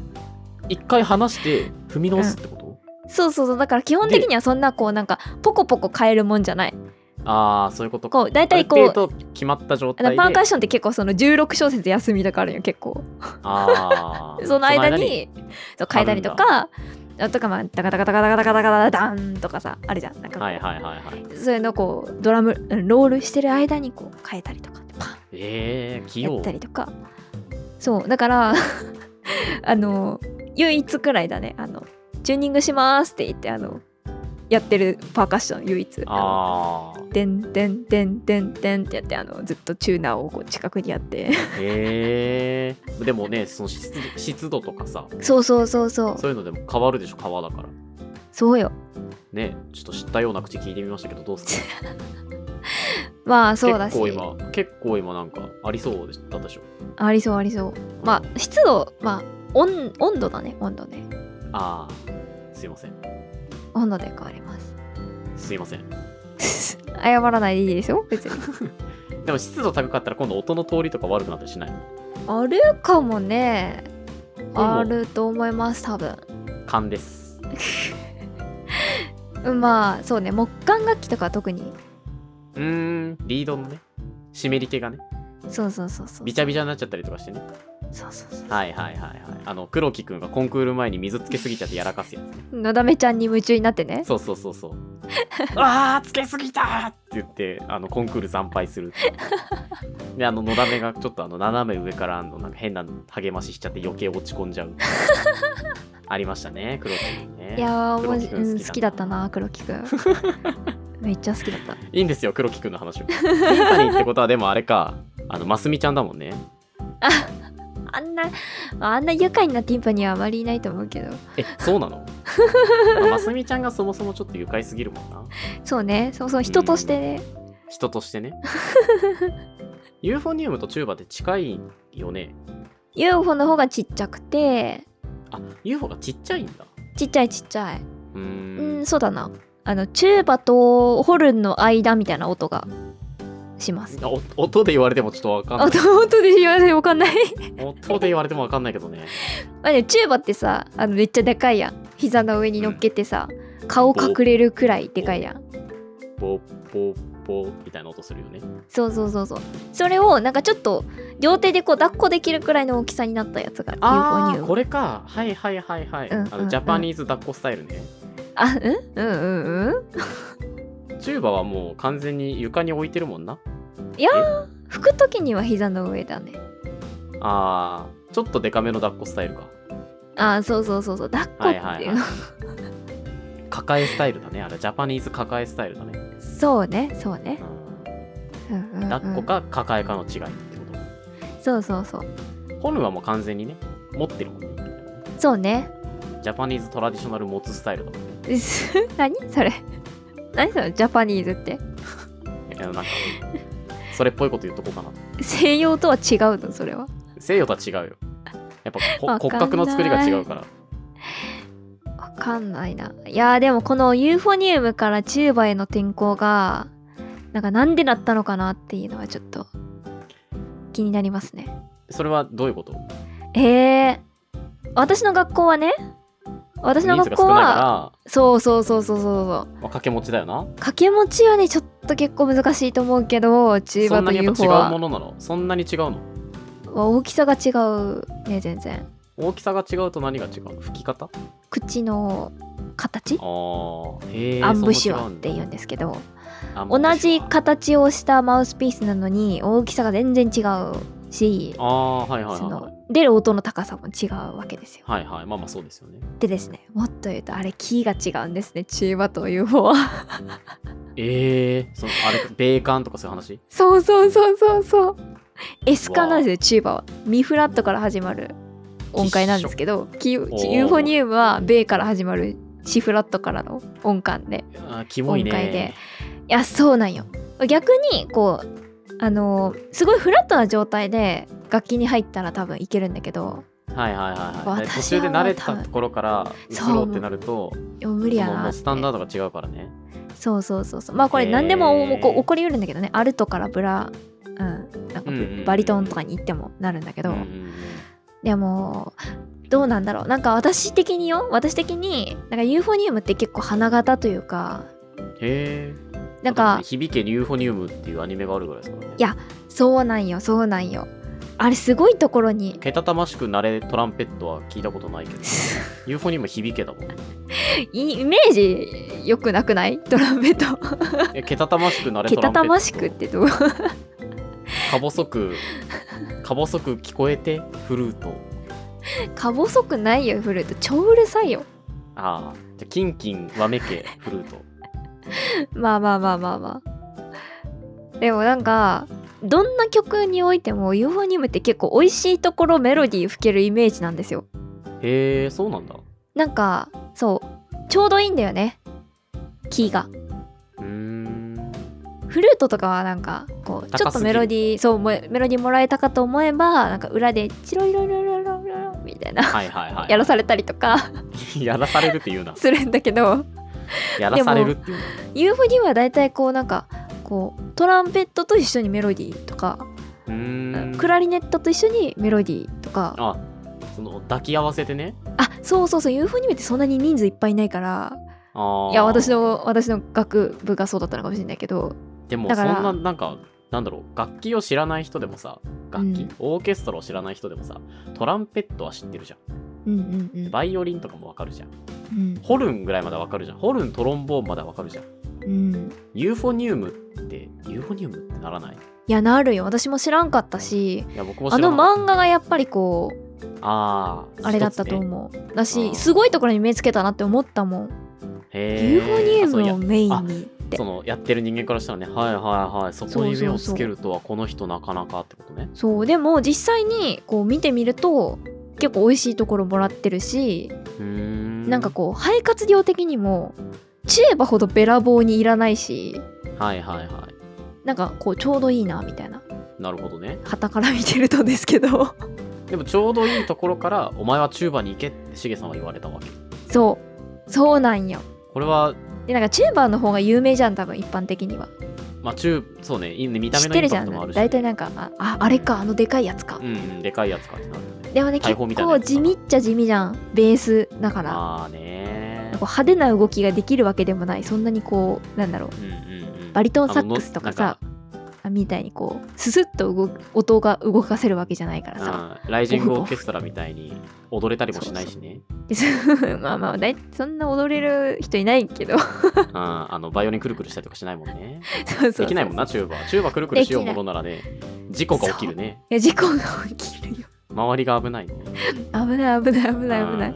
[SPEAKER 2] 1回離して踏み直すってこと、
[SPEAKER 1] そうそうそうだから基本的にはそんなこうなんかポコポコ変えるもんじゃない。
[SPEAKER 2] ああそういうことか
[SPEAKER 1] こう大体こ
[SPEAKER 2] あ
[SPEAKER 1] う
[SPEAKER 2] る程度決まった状
[SPEAKER 1] あ
[SPEAKER 2] 態
[SPEAKER 1] の
[SPEAKER 2] で
[SPEAKER 1] パーカッションって結構その16小節休みとかあるんよ結構
[SPEAKER 2] あ ー
[SPEAKER 1] その間にそう変えたりとかあとかまあダカダカダカダカダカダカダダンとかさあるじゃんなんかこう、
[SPEAKER 2] はいはいはいはい
[SPEAKER 1] そういうのこうドラムロールしてる間にこう変えたりとかパン
[SPEAKER 2] ええー、器
[SPEAKER 1] やっ
[SPEAKER 2] 用
[SPEAKER 1] たりとかそうだから あの唯一くらいだねあのチューニングしますって言ってあのやってるパーカッション唯一あ
[SPEAKER 2] あー
[SPEAKER 1] のでんでんでんでんでんってやってあのずっとチューナーをこう近くにやって
[SPEAKER 2] へえでもねその湿湿度とかさ
[SPEAKER 1] そうそうそうそう
[SPEAKER 2] そういうのでも変わるでしょ川だから
[SPEAKER 1] そうよ
[SPEAKER 2] ねちょっと知ったような口聞いてみましたけどどうですか
[SPEAKER 1] まあ そうだし
[SPEAKER 2] 結構今結構今なんかありそうでしたでしょ
[SPEAKER 1] ありそうありそうまあ湿度まあ温温度だね温度ね
[SPEAKER 2] ああすいません
[SPEAKER 1] 温度で変わります
[SPEAKER 2] すいません
[SPEAKER 1] 謝らないでいいですよ別に
[SPEAKER 2] でも湿度高かったら今度音の通りとか悪くなったりしない
[SPEAKER 1] あるかもねあると思います多分
[SPEAKER 2] 勘です
[SPEAKER 1] うんまあそうね木管楽器とかは特に
[SPEAKER 2] うーんリードのね湿り気がね
[SPEAKER 1] そうそうそうそう
[SPEAKER 2] びちゃびちゃになっちゃったりとかしてね
[SPEAKER 1] そうそうそう
[SPEAKER 2] はいはいはいはいあの黒木くんがコンクール前に水つけすぎちゃってやらかすやつね
[SPEAKER 1] のだめちゃんに夢中になってね
[SPEAKER 2] そうそうそう そうあーつけすぎたーって言ってあのコンクール惨敗するっていうであののだめがちょっとあの斜め上からあのなんか変な励まししちゃって余計落ち込んじゃうありましたね黒木くんね
[SPEAKER 1] いやー
[SPEAKER 2] 黒
[SPEAKER 1] 面
[SPEAKER 2] 木
[SPEAKER 1] 白
[SPEAKER 2] く
[SPEAKER 1] いうんん好きだったな黒木くんめっちゃ好きだった
[SPEAKER 2] いいんですよ黒木くんの話をピンタニーってことはでもあれかあのますみちゃんだもんね
[SPEAKER 1] あんなあんな愉快なティンパにはあまりいないと思うけど
[SPEAKER 2] えそう なのまあますみちゃんがそもそもちょっと愉快すぎるもんな
[SPEAKER 1] そうねそもそも人としてね
[SPEAKER 2] 人としてね ユーフォニウムとチューバって近いよね
[SPEAKER 1] UFO の方がちっちゃくて
[SPEAKER 2] あ UFO がちっちゃいんだ
[SPEAKER 1] ちっちゃいちっちゃいう
[SPEAKER 2] ー
[SPEAKER 1] うんんそうだなあのチューバとホルンの間みたいな音がします
[SPEAKER 2] あお音で言われてもちょっとわかん
[SPEAKER 1] あ
[SPEAKER 2] な
[SPEAKER 1] 音で言われてわかんない
[SPEAKER 2] い音で言われてもわかんないけどね
[SPEAKER 1] まあでもチューバってさあのめっちゃでかいやん膝の上に乗っけてさ、顔隠れるくらいでかいやん
[SPEAKER 2] ボッボッボッみたいな音するよね
[SPEAKER 1] そうそうそうそうそれをなんかちょっと両手でこう抱っこできるくらいの大きさになったやつが UFO
[SPEAKER 2] あ
[SPEAKER 1] ニ
[SPEAKER 2] あ
[SPEAKER 1] ュ
[SPEAKER 2] こ
[SPEAKER 1] ー
[SPEAKER 2] れかはいはいはいはい、
[SPEAKER 1] うん
[SPEAKER 2] あ
[SPEAKER 1] うん
[SPEAKER 2] のジャパニーズ抱っこスタイルね
[SPEAKER 1] あうんうんうんうん
[SPEAKER 2] チューバはもう完全に床に置いてるもんない
[SPEAKER 1] やー拭く時には膝の上だね
[SPEAKER 2] あーちょっとデカめの抱っこスタイルか
[SPEAKER 1] あーそうそうそうそう抱っこっ
[SPEAKER 2] は
[SPEAKER 1] てい、
[SPEAKER 2] いうはいはい抱えスタイルだねあれジャパニーズ抱えスタイルだね、
[SPEAKER 1] そうねそうね
[SPEAKER 2] うん
[SPEAKER 1] うんうんうん
[SPEAKER 2] 抱っこか抱えかの違いってこ
[SPEAKER 1] そうそうそう
[SPEAKER 2] とホルンはもう完全にね持ってるもんね
[SPEAKER 1] そうね
[SPEAKER 2] ジャパニーズトラディショナル持つスタイルだもんね
[SPEAKER 1] うっす何それ何それジャパニーズって
[SPEAKER 2] いやなんかそれっぽいこと言っとこうかな
[SPEAKER 1] 西洋とは違うのそれは
[SPEAKER 2] 西洋とは違うよやっぱこ
[SPEAKER 1] わかん
[SPEAKER 2] 骨
[SPEAKER 1] ない
[SPEAKER 2] 格の作りが違うから
[SPEAKER 1] わかんないないやーでもこのユーフォニウムからチューバへの転校がなんかなんでなったのかなっていうのはちょっと気になりますね
[SPEAKER 2] それはどういうこと
[SPEAKER 1] えー、私の学校はね私の
[SPEAKER 2] 人数
[SPEAKER 1] 学
[SPEAKER 2] が少
[SPEAKER 1] 校
[SPEAKER 2] ない
[SPEAKER 1] は
[SPEAKER 2] か
[SPEAKER 1] そうそうそうそうそうそう
[SPEAKER 2] ら掛け持ちだよな
[SPEAKER 1] 掛け持ちはねちょっと結構難しいと思うけどチュー
[SPEAKER 2] そ
[SPEAKER 1] バ
[SPEAKER 2] んな
[SPEAKER 1] と
[SPEAKER 2] にやっ
[SPEAKER 1] UFO
[SPEAKER 2] ぱ違うも
[SPEAKER 1] は
[SPEAKER 2] のなのそんなに違うの
[SPEAKER 1] 大きさが違うね全然
[SPEAKER 2] 大きさが違うと何が違うの吹き方
[SPEAKER 1] 口の形
[SPEAKER 2] あーへえ
[SPEAKER 1] アンブシュワって言うんですけど同じ
[SPEAKER 2] か
[SPEAKER 1] 形をしたマウスピースなのに大きさが全然違うし
[SPEAKER 2] ああーはいはい
[SPEAKER 1] そ
[SPEAKER 2] はいはい
[SPEAKER 1] の出る音の高さも違うわけですよ。
[SPEAKER 2] はいはいまあまあそうですよね
[SPEAKER 1] でですねもっと言うとあれキーが違うんですね中和という方は。
[SPEAKER 2] ええそのあれ米韓とかそういう話
[SPEAKER 1] そうそうそうそうそう。S 化なんですよ中和は。ミフラットから始まる音階なんですけどキユ
[SPEAKER 2] おー
[SPEAKER 1] ーフォニウムは米から始まるシフラットからの音感で。
[SPEAKER 2] あーキモいね
[SPEAKER 1] 音階でいやそうなんよ逆にこうあのーすごいフラットな状態で楽器に入ったら多分いけるんだけど
[SPEAKER 2] はいはいはい、はい、途
[SPEAKER 1] 私
[SPEAKER 2] 中
[SPEAKER 1] は
[SPEAKER 2] で
[SPEAKER 1] もう
[SPEAKER 2] 慣れたところから移
[SPEAKER 1] そう
[SPEAKER 2] ろうってなると
[SPEAKER 1] いや無理や
[SPEAKER 2] もうも
[SPEAKER 1] な
[SPEAKER 2] う
[SPEAKER 1] って
[SPEAKER 2] スタンダードが違うからね
[SPEAKER 1] そうそうそうそうまあこれ
[SPEAKER 2] へー
[SPEAKER 1] 何でももうこう起こりうるんだけどねアルトからブラうんなんかブ
[SPEAKER 2] うんうんうん
[SPEAKER 1] バリトンとかに行ってもなるんだけど、
[SPEAKER 2] うんうんうん
[SPEAKER 1] でもどうなんだろうなんか私的によ私的になんかユーフォニウムって結構花形というか
[SPEAKER 2] へえ
[SPEAKER 1] なんか
[SPEAKER 2] 響けユーフォニウムっていうアニメがあるぐらいですからね
[SPEAKER 1] いやそうなんよそうなんよあれすごいところに
[SPEAKER 2] けたたましくなれトランペットは聞いたことないけど ユーフォニウム響けだもん
[SPEAKER 1] いイメージ良くなくないトランペット
[SPEAKER 2] えけたたましくなれ
[SPEAKER 1] け
[SPEAKER 2] トラ
[SPEAKER 1] た
[SPEAKER 2] ン
[SPEAKER 1] た
[SPEAKER 2] ペット
[SPEAKER 1] ましくってどう
[SPEAKER 2] か細くか細く聞こえてフルート
[SPEAKER 1] か細くないよフルート超うるさいよ
[SPEAKER 2] ああじゃあキンキンわめけフルート
[SPEAKER 1] まあまあまあまあまあでもなんかどんな曲においてもユーフォニウムって結構美味しいところメロディー吹けるイメージなんですよ
[SPEAKER 2] へえそうなんだ
[SPEAKER 1] なんかそうちょうどいいんだよねキーが
[SPEAKER 2] うーん
[SPEAKER 1] フルートとかはなんかこう
[SPEAKER 2] 高すぎる
[SPEAKER 1] ちょっとメロディーそうもメロディーもらえたかと思えばなんか裏でチロイロイロイロイロイロみたいな
[SPEAKER 2] はいはいはい
[SPEAKER 1] やらされたりとか
[SPEAKER 2] やらされるって 言うな
[SPEAKER 1] するんだけど
[SPEAKER 2] やらされるっていう
[SPEAKER 1] ユーフォニウムは大体こうなんかこうトランペットと一緒にメロディーとか
[SPEAKER 2] のうーん
[SPEAKER 1] クラリネットと一緒にメロディーとか
[SPEAKER 2] あその抱き合わせてね
[SPEAKER 1] あそうそうそうユーフォニウムってそんなに人数いっぱいいないから
[SPEAKER 2] ああ
[SPEAKER 1] いや私の私の学部がそうだったのかもしれないけど
[SPEAKER 2] でも
[SPEAKER 1] だ
[SPEAKER 2] そ
[SPEAKER 1] から
[SPEAKER 2] んななんかなんだろう楽器を知らない人でもさ楽器、
[SPEAKER 1] うん
[SPEAKER 2] オーケストラを知らない人でもさトランペットは知ってるじゃん
[SPEAKER 1] うんうんうん
[SPEAKER 2] バイオリンとかもわかるじゃん
[SPEAKER 1] うん
[SPEAKER 2] ホルンぐらいまでわかるじゃんホルントロンボーンまでわかるじゃん
[SPEAKER 1] うん
[SPEAKER 2] ユーフォニウムってユーフォニウムってならない
[SPEAKER 1] いやなるよ私も知らんかったし
[SPEAKER 2] いや僕も知
[SPEAKER 1] あ
[SPEAKER 2] らな
[SPEAKER 1] の
[SPEAKER 2] かっ
[SPEAKER 1] 漫画がやっぱりこう
[SPEAKER 2] たあー
[SPEAKER 1] あれだったと
[SPEAKER 2] 一つね
[SPEAKER 1] 思うだ
[SPEAKER 2] う
[SPEAKER 1] し
[SPEAKER 2] ん
[SPEAKER 1] すごいところに目つけたなって思ったもん
[SPEAKER 2] へー
[SPEAKER 1] ユーフォニウ
[SPEAKER 2] あそうい
[SPEAKER 1] ム
[SPEAKER 2] や
[SPEAKER 1] をメインにって
[SPEAKER 2] そのやってる人間からしたらねはいはいはいそこに目をつけるとはこの人なかなかってことね
[SPEAKER 1] そうでも実際にこう見てみると結構美味しいところもらってるし
[SPEAKER 2] うーん
[SPEAKER 1] なんかこう肺活量的にもチューバほどべらぼうにいらないし
[SPEAKER 2] はいはいは
[SPEAKER 1] なんかこうちょうどいいなみたいない
[SPEAKER 2] なるほどね
[SPEAKER 1] 旗から見てるとですけ ど
[SPEAKER 2] でもちょうどいいところから「お前はチューバに行け」ってしげさんは言われたわけ
[SPEAKER 1] そうそうなんよ
[SPEAKER 2] これは
[SPEAKER 1] でなんかチューバーの方が有名じゃん多分一般的には
[SPEAKER 2] まあチューそうねいいね見た
[SPEAKER 1] 知っ
[SPEAKER 2] 目の
[SPEAKER 1] て
[SPEAKER 2] イン
[SPEAKER 1] るじ
[SPEAKER 2] パ
[SPEAKER 1] ゃ
[SPEAKER 2] クト
[SPEAKER 1] ん
[SPEAKER 2] もあるし
[SPEAKER 1] 大体なんかあああれかあのでかいやつか、
[SPEAKER 2] うんうんでかいやつかってなるよね
[SPEAKER 1] でもね
[SPEAKER 2] 大
[SPEAKER 1] 結
[SPEAKER 2] 砲みたいなや
[SPEAKER 1] 構
[SPEAKER 2] つ
[SPEAKER 1] 地味っちゃ地味じゃんベースだからなんか
[SPEAKER 2] まあね
[SPEAKER 1] こう派手な動きができるわけでもないそんなにこうなんだろう
[SPEAKER 2] うんうんうん
[SPEAKER 1] バリトンサックスとかさ
[SPEAKER 2] あの
[SPEAKER 1] あみたいにこうススッと動く音が動かせるわけじゃないから
[SPEAKER 2] なん
[SPEAKER 1] さ、
[SPEAKER 2] かうんライジングオーケストラみたいに踊れたりもしないしね
[SPEAKER 1] でそ まあまあだいそんな踊れる人いない けどそう
[SPEAKER 2] うんあのバイオリンくるくるしたりとかしないもんね
[SPEAKER 1] そうそう
[SPEAKER 2] できないもんなチューバチューバくるくるしようものならね事故が起きるね
[SPEAKER 1] いや事故が起きるよ
[SPEAKER 2] 周りが危ないね
[SPEAKER 1] 危ない危ない危
[SPEAKER 2] 危
[SPEAKER 1] ない危ない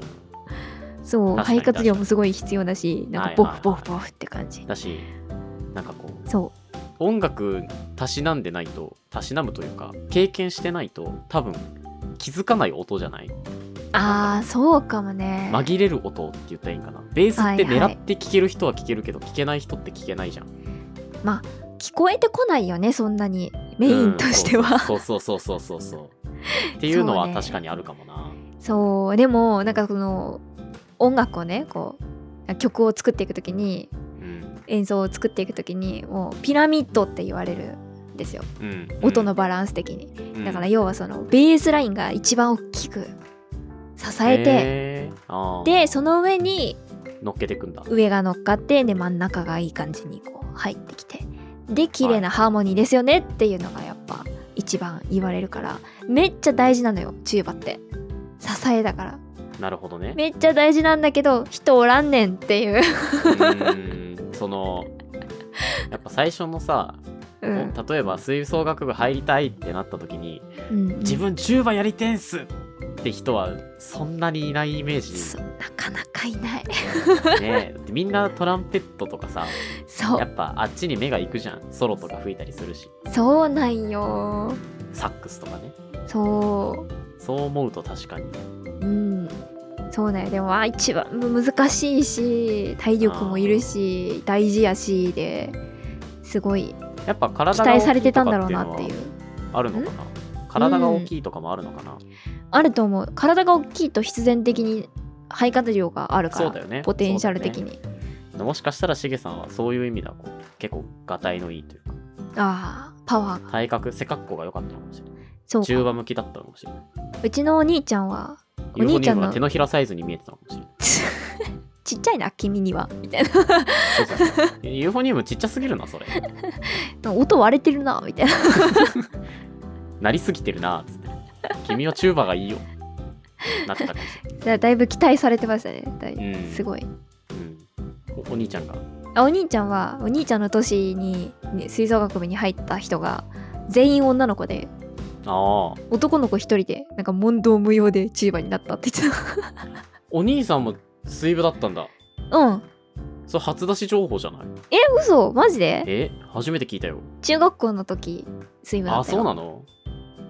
[SPEAKER 1] そう
[SPEAKER 2] 確かに
[SPEAKER 1] 肺活量もすごい必要だしなんかボフボ
[SPEAKER 2] はい
[SPEAKER 1] フボフって感じ
[SPEAKER 2] だしなんかこう
[SPEAKER 1] そ
[SPEAKER 2] 音楽たしなんでないとたしなむというか経験してないと多分気づかない音じゃないう
[SPEAKER 1] あーそうかもね
[SPEAKER 2] 紛れる音って言ったらいいんかなベースって
[SPEAKER 1] はいは
[SPEAKER 2] 狙
[SPEAKER 1] い
[SPEAKER 2] って聴ける人は聴けるけど聴けない人って聴けないじゃん
[SPEAKER 1] 聞こえてこないよねそんなにメインとしては、
[SPEAKER 2] うんそうそうそうそうそうそうそうっていう
[SPEAKER 1] そ
[SPEAKER 2] の
[SPEAKER 1] う
[SPEAKER 2] は
[SPEAKER 1] ね
[SPEAKER 2] 確かにあるかもな
[SPEAKER 1] そうでもなんかこの音楽をねこう曲を作っていく時に
[SPEAKER 2] うん
[SPEAKER 1] 演奏を作っていく時にもうピラミッドって言われるんですよ
[SPEAKER 2] うん
[SPEAKER 1] 音のバランス的に、
[SPEAKER 2] うん
[SPEAKER 1] だから
[SPEAKER 2] うん
[SPEAKER 1] 要はそのベースラインが一番大きく支えて、
[SPEAKER 2] へーあー
[SPEAKER 1] でその上に
[SPEAKER 2] 乗っけてくんだ
[SPEAKER 1] 上が乗っかってで真ん中がいい感じにこう入ってきてで綺麗なハーモニーですよねっていうのがやっぱ一番言われるからめっちゃ大事なのよチューバって支えだから
[SPEAKER 2] なるほどね
[SPEAKER 1] めっちゃ大事なんだけど人おらんねんっていう、
[SPEAKER 2] うーんそのやっぱ最初のさ、
[SPEAKER 1] うん
[SPEAKER 2] 例えば吹奏楽部入りたいってなった時に、
[SPEAKER 1] うん
[SPEAKER 2] 自分10番やりてんすって人はそんなにいないイメージ
[SPEAKER 1] そうなかなかいない
[SPEAKER 2] ねみんなトランペットとかさ
[SPEAKER 1] そ
[SPEAKER 2] や
[SPEAKER 1] う
[SPEAKER 2] っぱあっちに目が行くじゃんソロとか吹いたりするし
[SPEAKER 1] そうなんよ
[SPEAKER 2] サックスとかね
[SPEAKER 1] そ
[SPEAKER 2] そう思うと確かに
[SPEAKER 1] ううんそうだよでもあ一番難しいし体力もいるし大事やしですごい
[SPEAKER 2] やっぱ
[SPEAKER 1] 期
[SPEAKER 2] 体が大
[SPEAKER 1] 待
[SPEAKER 2] きい
[SPEAKER 1] されて
[SPEAKER 2] と
[SPEAKER 1] たんだ
[SPEAKER 2] か
[SPEAKER 1] ろ
[SPEAKER 2] っ
[SPEAKER 1] う
[SPEAKER 2] て
[SPEAKER 1] なって
[SPEAKER 2] いうの
[SPEAKER 1] いう
[SPEAKER 2] はあるのかな体が大きいとかもあるのかな、
[SPEAKER 1] あると思う体が大きいと必然的に肺活量があるから
[SPEAKER 2] そうだよね
[SPEAKER 1] ポテンシャル的
[SPEAKER 2] そう
[SPEAKER 1] に、
[SPEAKER 2] もしかしたらしげさんはそういう意味ではこう結構がたいのいいというか
[SPEAKER 1] ああパワーが
[SPEAKER 2] 体格背格好が良かったのかもしれない
[SPEAKER 1] そう
[SPEAKER 2] 中
[SPEAKER 1] か
[SPEAKER 2] 馬向きだったのかもしれないう
[SPEAKER 1] ちのお兄ちゃんはお
[SPEAKER 2] ユーフォ
[SPEAKER 1] 兄
[SPEAKER 2] ニ
[SPEAKER 1] ちゃ
[SPEAKER 2] ウ
[SPEAKER 1] ん
[SPEAKER 2] ム
[SPEAKER 1] の
[SPEAKER 2] は手のひらサイズに見えてたのかもしれない
[SPEAKER 1] ちっちゃいな君にはみたいな
[SPEAKER 2] そうそうそう ユーフォニウムちっちゃすぎるなそれ
[SPEAKER 1] 音割れてるなみたいな
[SPEAKER 2] なりすぎてるなっつって君はチューバがいいよなってたかもし
[SPEAKER 1] だからだいぶ期待されてましたねだい
[SPEAKER 2] れない、うん、
[SPEAKER 1] すごい
[SPEAKER 2] うん、おお兄ちゃんが
[SPEAKER 1] あお兄ちゃんはお兄ちゃんの年にに吹奏楽部に入った人が全員女の子で
[SPEAKER 2] ああ
[SPEAKER 1] 男の子一人でなんか問答無用でチーバになったって言って
[SPEAKER 2] お兄さんも水部だったんだ
[SPEAKER 1] た うん
[SPEAKER 2] それ初出し情報じゃない
[SPEAKER 1] え嘘マジで
[SPEAKER 2] え初めて聞いたよ
[SPEAKER 1] 中学校の時水分だ
[SPEAKER 2] あ
[SPEAKER 1] ったよ
[SPEAKER 2] そうなの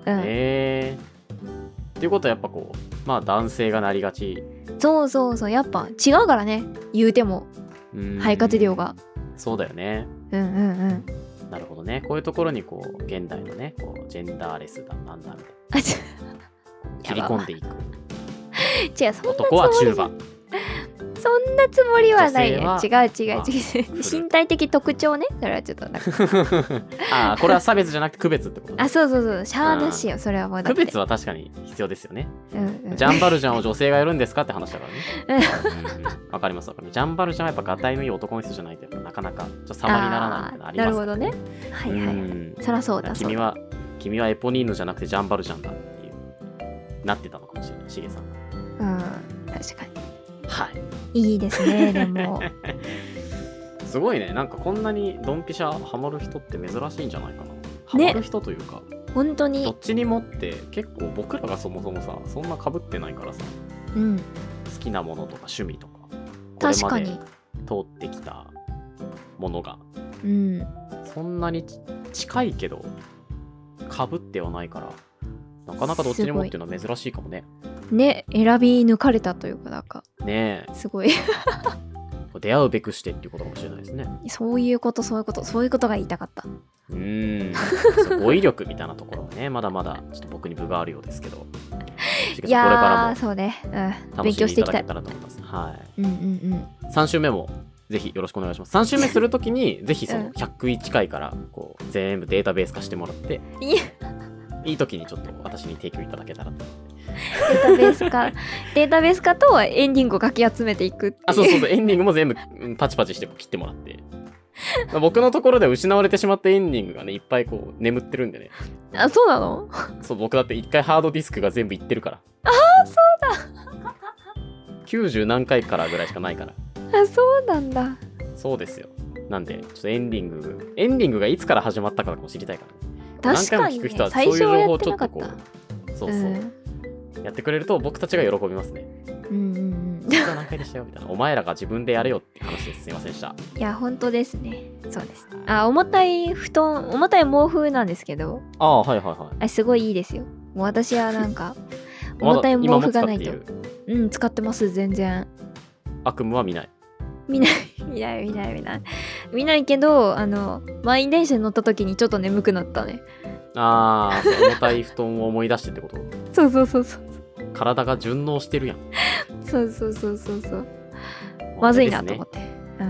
[SPEAKER 1] うん
[SPEAKER 2] へえっていうことはやっぱこうまあ男性がなりがち
[SPEAKER 1] そうそうそうやっぱ違うからね言うても
[SPEAKER 2] うーん
[SPEAKER 1] 肺活量が
[SPEAKER 2] そうだよね
[SPEAKER 1] うんうんうん
[SPEAKER 2] なるほどねこういうところにこう現代のねこうジェンダーレスだなんだみた
[SPEAKER 1] あ
[SPEAKER 2] い
[SPEAKER 1] ち
[SPEAKER 2] な切り込んでいく
[SPEAKER 1] ょ違うそんなつ
[SPEAKER 2] 男は
[SPEAKER 1] も
[SPEAKER 2] 中
[SPEAKER 1] り
[SPEAKER 2] 盤
[SPEAKER 1] そんなつもりはないよ
[SPEAKER 2] 女
[SPEAKER 1] 違
[SPEAKER 2] 性
[SPEAKER 1] う違う
[SPEAKER 2] まあ
[SPEAKER 1] 違う、
[SPEAKER 2] 古 い
[SPEAKER 1] 身体的特徴ねそれはちょっとなんか
[SPEAKER 2] ああこれは差別じゃなくて区別ってことね
[SPEAKER 1] あそうそうそうシャーだしよそれはもうだ
[SPEAKER 2] 区
[SPEAKER 1] って
[SPEAKER 2] 別は確かに必要ですよね。
[SPEAKER 1] うんうん
[SPEAKER 2] ジャンバルジャンを女性がやるんですかって話だからね。うんわかりますわかります。ジャンバルジャンはやっぱガタイのいい男の人じゃないとやっぱなかなかちょっと様にならないってのありますから
[SPEAKER 1] あーなるほはいはい、
[SPEAKER 2] うん
[SPEAKER 1] そらそうだそう
[SPEAKER 2] 君
[SPEAKER 1] だ
[SPEAKER 2] は君はエポニーヌじゃなくてジャンバルジャンだっていうなってたのかもしれないしげさんは
[SPEAKER 1] うん確か
[SPEAKER 2] はい
[SPEAKER 1] にいいです ねでも
[SPEAKER 2] すごいねなんかこんなにドンピシャハマる人って珍しいんじゃないかなハ
[SPEAKER 1] ね
[SPEAKER 2] マる人というか、
[SPEAKER 1] 本当
[SPEAKER 2] ど
[SPEAKER 1] に
[SPEAKER 2] っちにもって結構僕らがそもそもさそんなかぶってないからさ
[SPEAKER 1] うん
[SPEAKER 2] 好きなものとか趣味とかこれ
[SPEAKER 1] 確
[SPEAKER 2] ま
[SPEAKER 1] か
[SPEAKER 2] で
[SPEAKER 1] に
[SPEAKER 2] 通ってきたものが
[SPEAKER 1] うん
[SPEAKER 2] そんなにち近いけどかぶってはないからなかなかどっちにもっていうのは珍しいかもね
[SPEAKER 1] ね選び抜かれたというかなんか
[SPEAKER 2] ねえ
[SPEAKER 1] すごい
[SPEAKER 2] 出会うべくしてっていうことかもしれないですね
[SPEAKER 1] そういうことそういうことそういうことが言いたかった
[SPEAKER 2] うーんそう語彙力みたいなところはねまだまだちょっと僕に分があるようですけどしげ
[SPEAKER 1] い
[SPEAKER 2] さんこれから
[SPEAKER 1] やー
[SPEAKER 2] も
[SPEAKER 1] そうね、うん、
[SPEAKER 2] 楽
[SPEAKER 1] 勉
[SPEAKER 2] し
[SPEAKER 1] 強
[SPEAKER 2] んで
[SPEAKER 1] し
[SPEAKER 2] い
[SPEAKER 1] てい
[SPEAKER 2] た
[SPEAKER 1] き
[SPEAKER 2] だ
[SPEAKER 1] た
[SPEAKER 2] け
[SPEAKER 1] い
[SPEAKER 2] たらと思います、は
[SPEAKER 1] う
[SPEAKER 2] い、
[SPEAKER 1] んうん
[SPEAKER 2] 3週目もぜひよろしくお願いします3週目すると きにぜひその101回からこう全部データベース化してもらって
[SPEAKER 1] うんいや
[SPEAKER 2] いい時にちょっと私に提供いただけ たらと
[SPEAKER 1] データベース 化データベース化とエンディングをかき集めていくっていう
[SPEAKER 2] あそうそうそうエンディングも全部うんパチパチしてこう切ってもらってまあ僕のところでは失われてしまったエンディングがねいっぱいこう眠ってるんでね
[SPEAKER 1] あそうなの
[SPEAKER 2] そう僕だって一回ハードディスクが全部いってるからああそうだ90何回からぐらいしかないから
[SPEAKER 1] あそうなんだ
[SPEAKER 2] そうですよなんでちょっとエンディングエンディングがいつから始まったかとかも知りたいから
[SPEAKER 1] 確
[SPEAKER 2] ね何
[SPEAKER 1] か
[SPEAKER 2] 回も
[SPEAKER 1] に、
[SPEAKER 2] 聞く人
[SPEAKER 1] ね、
[SPEAKER 2] はそうい
[SPEAKER 1] 最初
[SPEAKER 2] う
[SPEAKER 1] は
[SPEAKER 2] 情
[SPEAKER 1] や
[SPEAKER 2] 報を
[SPEAKER 1] って
[SPEAKER 2] ちょ
[SPEAKER 1] な
[SPEAKER 2] っ
[SPEAKER 1] か
[SPEAKER 2] と
[SPEAKER 1] った
[SPEAKER 2] こうそうそう、
[SPEAKER 1] うん
[SPEAKER 2] やってくれると僕たちが喜びますね
[SPEAKER 1] うんうんうん
[SPEAKER 2] 実は何回でしたよみたいなお前らが自分でやれよって話ですすいませんでした
[SPEAKER 1] いや本当ですねそうですあ重たい布団重たい毛布なんですけど
[SPEAKER 2] ああはいはいはい
[SPEAKER 1] あすごいいいですよもう私はなん か
[SPEAKER 2] ま
[SPEAKER 1] 重
[SPEAKER 2] だ
[SPEAKER 1] たい毛
[SPEAKER 2] 今も
[SPEAKER 1] 布が
[SPEAKER 2] 使っ
[SPEAKER 1] な
[SPEAKER 2] て
[SPEAKER 1] い
[SPEAKER 2] い
[SPEAKER 1] と
[SPEAKER 2] る
[SPEAKER 1] うん使ってます全然
[SPEAKER 2] 悪夢は見ない
[SPEAKER 1] 見ない見ない見ない見ない見ないけどあの満員電車に乗った時にちょっと眠くなったね
[SPEAKER 2] ああ重たい布団を思い出してってこと
[SPEAKER 1] そうそうそうそう
[SPEAKER 2] 体が順応してるやん
[SPEAKER 1] そうそうそうそうそうまずいなと思
[SPEAKER 2] て、
[SPEAKER 1] って、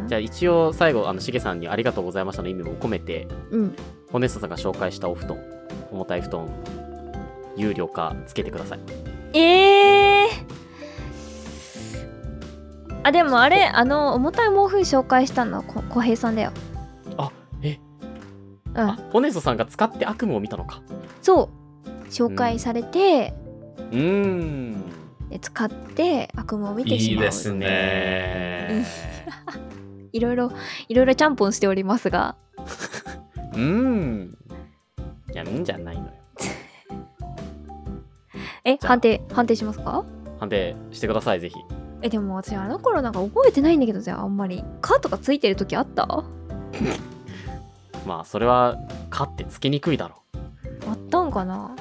[SPEAKER 2] じゃあ一応最後あのしげさんにありがとうございましたの意味も込めて
[SPEAKER 1] うん、うん、
[SPEAKER 2] ホネストさんが紹介したお布団重たい布団有料化つけてください
[SPEAKER 1] ええー、あでもあれあの重たい毛布紹介したのはこ浩平さんだよ
[SPEAKER 2] あえ
[SPEAKER 1] う
[SPEAKER 2] あ
[SPEAKER 1] ん
[SPEAKER 2] ホネストさんが使って悪夢を見たのか
[SPEAKER 1] そう紹介されて、
[SPEAKER 2] うーん
[SPEAKER 1] で使って悪夢を見てし
[SPEAKER 3] いい
[SPEAKER 1] まうい
[SPEAKER 3] ですね。
[SPEAKER 1] ろいろいろいろちゃんぽんしておりますが
[SPEAKER 2] うーんいやうんじゃないのよ
[SPEAKER 1] え
[SPEAKER 2] じゃあ
[SPEAKER 1] 判定判定しますか
[SPEAKER 2] 判定してくださいぜひ
[SPEAKER 1] えでも私あの頃なんか覚えてないんだけどさあんまり「か」とかついてる時あったあ
[SPEAKER 2] まあそれは「か」ってつけにくいだろ
[SPEAKER 1] ったんかな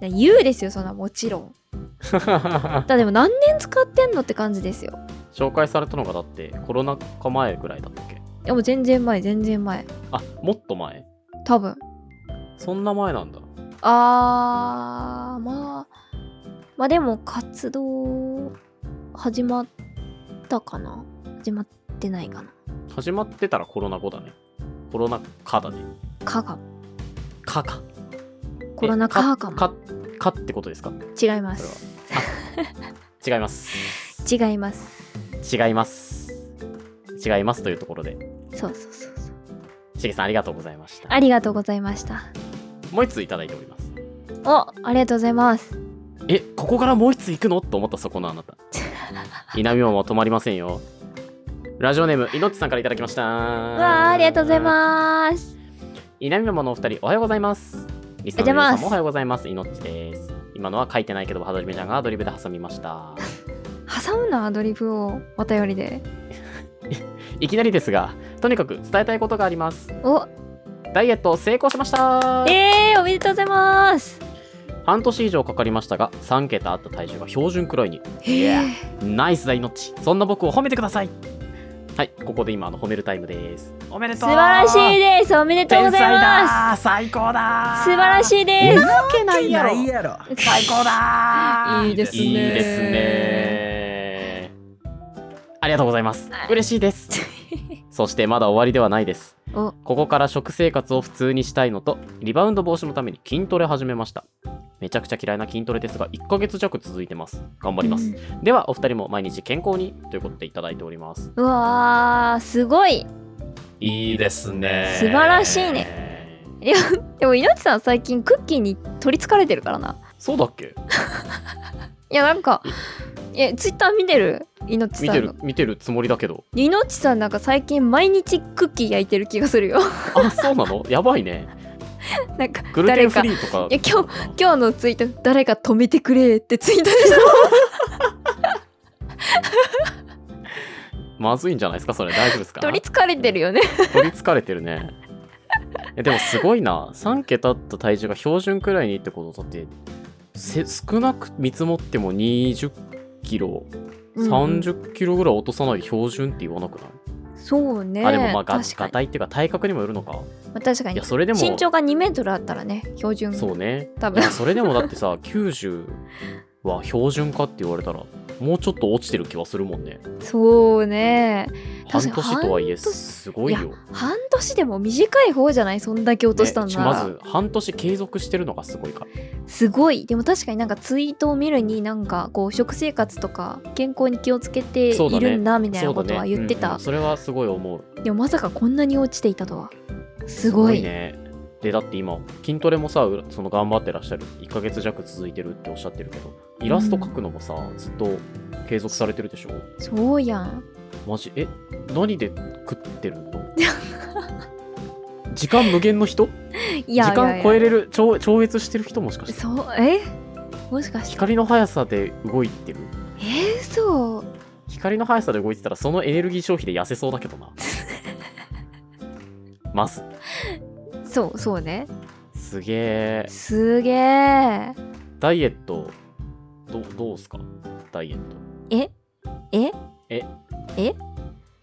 [SPEAKER 1] ね言うですよそんなもちろん
[SPEAKER 2] う
[SPEAKER 1] だでも何年使ってんのって感じですよ
[SPEAKER 2] 紹介されたのがだってコロナ禍前ぐらいだったっけ
[SPEAKER 1] でもう全然前全然前
[SPEAKER 2] あもっと前
[SPEAKER 1] 多分
[SPEAKER 2] そんな前なんだ
[SPEAKER 1] あーまあまあでも活動始まったかな始まってないかな
[SPEAKER 2] 始まってたらコロナ後だねコロナ禍だね
[SPEAKER 1] かが
[SPEAKER 2] かか
[SPEAKER 1] コロナ禍かも
[SPEAKER 2] かかってことですか
[SPEAKER 1] 違います
[SPEAKER 2] 違います
[SPEAKER 1] 違います
[SPEAKER 2] 違います違いますというところで
[SPEAKER 1] そうそうそうそう
[SPEAKER 2] しげさんありがとうございました
[SPEAKER 1] ありがとうございました
[SPEAKER 2] もう一通いただいております
[SPEAKER 1] おありがとうございます
[SPEAKER 2] えここからもう一通行くのと思ったそこのあな た稲見もも止まりませんよラジオネームいのっちさんからいただきました
[SPEAKER 1] うわあありがとうございます
[SPEAKER 2] 稲見もものお二人おはようございますリスナーの皆さんもおはようございます。いのっちです。今のは書いてないけど、はじめちゃんがアドリブで挟みました。
[SPEAKER 1] 挟むなアドリブをお便りで
[SPEAKER 2] いきなりですが、とにかく伝えたいことがあります。
[SPEAKER 1] お
[SPEAKER 2] ダイエット成功しました
[SPEAKER 1] えー、おめでとうございます
[SPEAKER 2] 半年以上かかりましたが、3桁あった体重が標準くらいに。
[SPEAKER 1] へえ
[SPEAKER 2] ナイスだ、いのっち。そんな僕を褒めてください。はい、ここで今、あの褒めるタイムです。おめでと
[SPEAKER 1] 素
[SPEAKER 2] う
[SPEAKER 1] 晴らしいですおめでとうご
[SPEAKER 2] 天
[SPEAKER 1] ざい
[SPEAKER 2] 才
[SPEAKER 1] ま
[SPEAKER 2] だ最高だ
[SPEAKER 1] す素晴らしいで
[SPEAKER 2] なわけないやろ
[SPEAKER 3] いやろ。
[SPEAKER 1] す
[SPEAKER 2] 最高 だ
[SPEAKER 1] いいですね
[SPEAKER 2] いいですねありがとうございます嬉しいですそしてまだ終わりではないです
[SPEAKER 1] お
[SPEAKER 2] ここから食生活を普通にしたいのとリバウンド防止のために筋トレ始めましためちゃくちゃ嫌いな筋トレですが1ヶ月弱続いてます頑張ります、ではお二人も毎日健康にということでいただいております
[SPEAKER 1] うわーすごい
[SPEAKER 3] いいですね。
[SPEAKER 1] 素晴らしいね
[SPEAKER 2] ね
[SPEAKER 1] いやでもいのちさん最近クッキーに取りつかれてるからな
[SPEAKER 2] そうだっけ
[SPEAKER 1] いやなんかえツイッター見てるいのち
[SPEAKER 2] 見
[SPEAKER 1] さ
[SPEAKER 2] て
[SPEAKER 1] ん
[SPEAKER 2] る
[SPEAKER 1] の
[SPEAKER 2] 見てるつもりだけど
[SPEAKER 1] いのちさんなんか最近毎日クッキー焼いてる気がするよ
[SPEAKER 2] あそうなのやばいね
[SPEAKER 1] なんか
[SPEAKER 2] グルテ
[SPEAKER 1] 誰
[SPEAKER 2] ンフ
[SPEAKER 1] か
[SPEAKER 2] リーとか
[SPEAKER 1] いや今日今日のツイート誰か止めてくれってツイートでし
[SPEAKER 2] まずいんじゃないですかそれ大丈夫です
[SPEAKER 1] た
[SPEAKER 2] か
[SPEAKER 1] 取りつかれてるよね
[SPEAKER 2] 取りつかれてるねえでもすごいな3桁あった体重が標準くらいにってことだってせ少なく見積もっても20キロ30キロぐらい落とさない標準って言わなくない、
[SPEAKER 1] そうね
[SPEAKER 2] あでもまあが
[SPEAKER 1] 確か
[SPEAKER 2] が
[SPEAKER 1] にま
[SPEAKER 2] たいっていうか体格にもよるのか
[SPEAKER 1] あ確か
[SPEAKER 2] い
[SPEAKER 1] に
[SPEAKER 2] やそれでも
[SPEAKER 1] 身長が2メートルあったらね標準
[SPEAKER 2] そうね
[SPEAKER 1] 多
[SPEAKER 2] い
[SPEAKER 1] 分
[SPEAKER 2] やそれでもだってさ90は標準かって言われたらもうちょっと落ちてる気はするもんね
[SPEAKER 1] そうね
[SPEAKER 2] 半
[SPEAKER 1] 確かに
[SPEAKER 2] 年とはいえ
[SPEAKER 1] 半年
[SPEAKER 2] すごいよ
[SPEAKER 1] い半年でも短い方じゃないそんだけ落としたん
[SPEAKER 2] ね
[SPEAKER 1] だ、
[SPEAKER 2] ちまず半年継続してるのがすごいから
[SPEAKER 1] すごいでも確かになんかツイートを見るになんかこう食生活とか健康に気をつけて
[SPEAKER 2] そうだ
[SPEAKER 1] い
[SPEAKER 2] ね
[SPEAKER 1] るんだみたい
[SPEAKER 2] そ
[SPEAKER 1] な
[SPEAKER 2] うだ
[SPEAKER 1] ことは言って
[SPEAKER 2] ねうん
[SPEAKER 1] た、
[SPEAKER 2] うんそれはすごい思う
[SPEAKER 1] でもまさかこんなに落ちていたとはすごい
[SPEAKER 2] ねでだって今筋トレもさうその頑張ってらっしゃる1ヶ月弱続いてるっておっしゃってるけどイラスト描くのもさ、ずっと継続されてるでしょ
[SPEAKER 1] そうやん
[SPEAKER 2] マジえ何で食ってるの 時間無限の人
[SPEAKER 1] いやいやいや
[SPEAKER 2] 時間超えれる超超越してる人もしかして
[SPEAKER 1] そうえもしかして
[SPEAKER 2] 光の速さで動いてる
[SPEAKER 1] えー、そう
[SPEAKER 2] 光の速さで動いてたらそのエネルギー消費で痩せそうだけど なまず
[SPEAKER 1] そうそうね
[SPEAKER 2] すげえ
[SPEAKER 1] すげえ
[SPEAKER 2] ダイエットどどうすかダイエット
[SPEAKER 1] ええ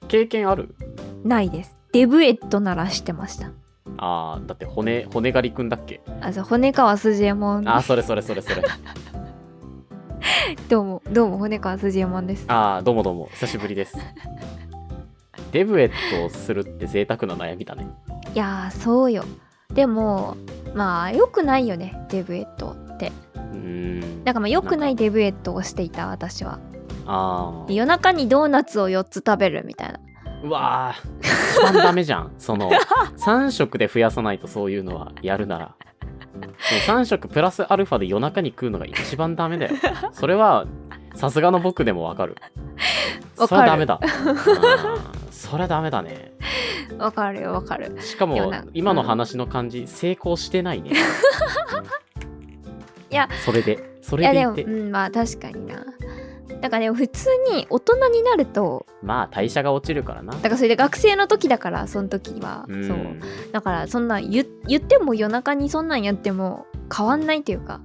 [SPEAKER 2] 経験ある
[SPEAKER 1] ないですデブエットなら知ってました
[SPEAKER 2] あーだって骨骨狩りくんだっけ
[SPEAKER 1] あそう骨川すじえもん
[SPEAKER 2] あーそれそれそれそれ
[SPEAKER 1] どうもどうも骨川すじえもんです
[SPEAKER 2] あーどうもどうも久しぶりですデブエットをするって贅沢な悩みだね
[SPEAKER 1] いやーそうよでもまあ良くないよねデブエットって
[SPEAKER 2] うーん
[SPEAKER 1] なんかまあ良くないデブエットをしていた私は
[SPEAKER 2] あー
[SPEAKER 1] 夜中にドーナツを4つ食べるみたいな
[SPEAKER 2] うわー一番ダメじゃ んその3食で増やさないとそういうのはやるなら3食プラスアルファで夜中に食うのが一番ダメだよそれはさすがの僕でもわかる
[SPEAKER 1] わかる
[SPEAKER 2] それはダ メだうんそれはダメだね
[SPEAKER 1] わかるよわかる
[SPEAKER 2] しか
[SPEAKER 1] でも
[SPEAKER 2] も
[SPEAKER 1] なんか
[SPEAKER 2] 今の話の感じ成功してないね
[SPEAKER 1] いや
[SPEAKER 2] それでそ
[SPEAKER 1] い
[SPEAKER 2] れ
[SPEAKER 1] や
[SPEAKER 2] で
[SPEAKER 1] で
[SPEAKER 2] 言
[SPEAKER 1] も
[SPEAKER 2] っ
[SPEAKER 1] う
[SPEAKER 2] て
[SPEAKER 1] んまあ確かになだからでも普通に大人になると
[SPEAKER 2] まあ代謝が落ちるからな
[SPEAKER 1] だからそれで学生の時だからその時は
[SPEAKER 2] うん
[SPEAKER 1] そうだからそんな言言っても夜中にそんなんやっても変わんないというか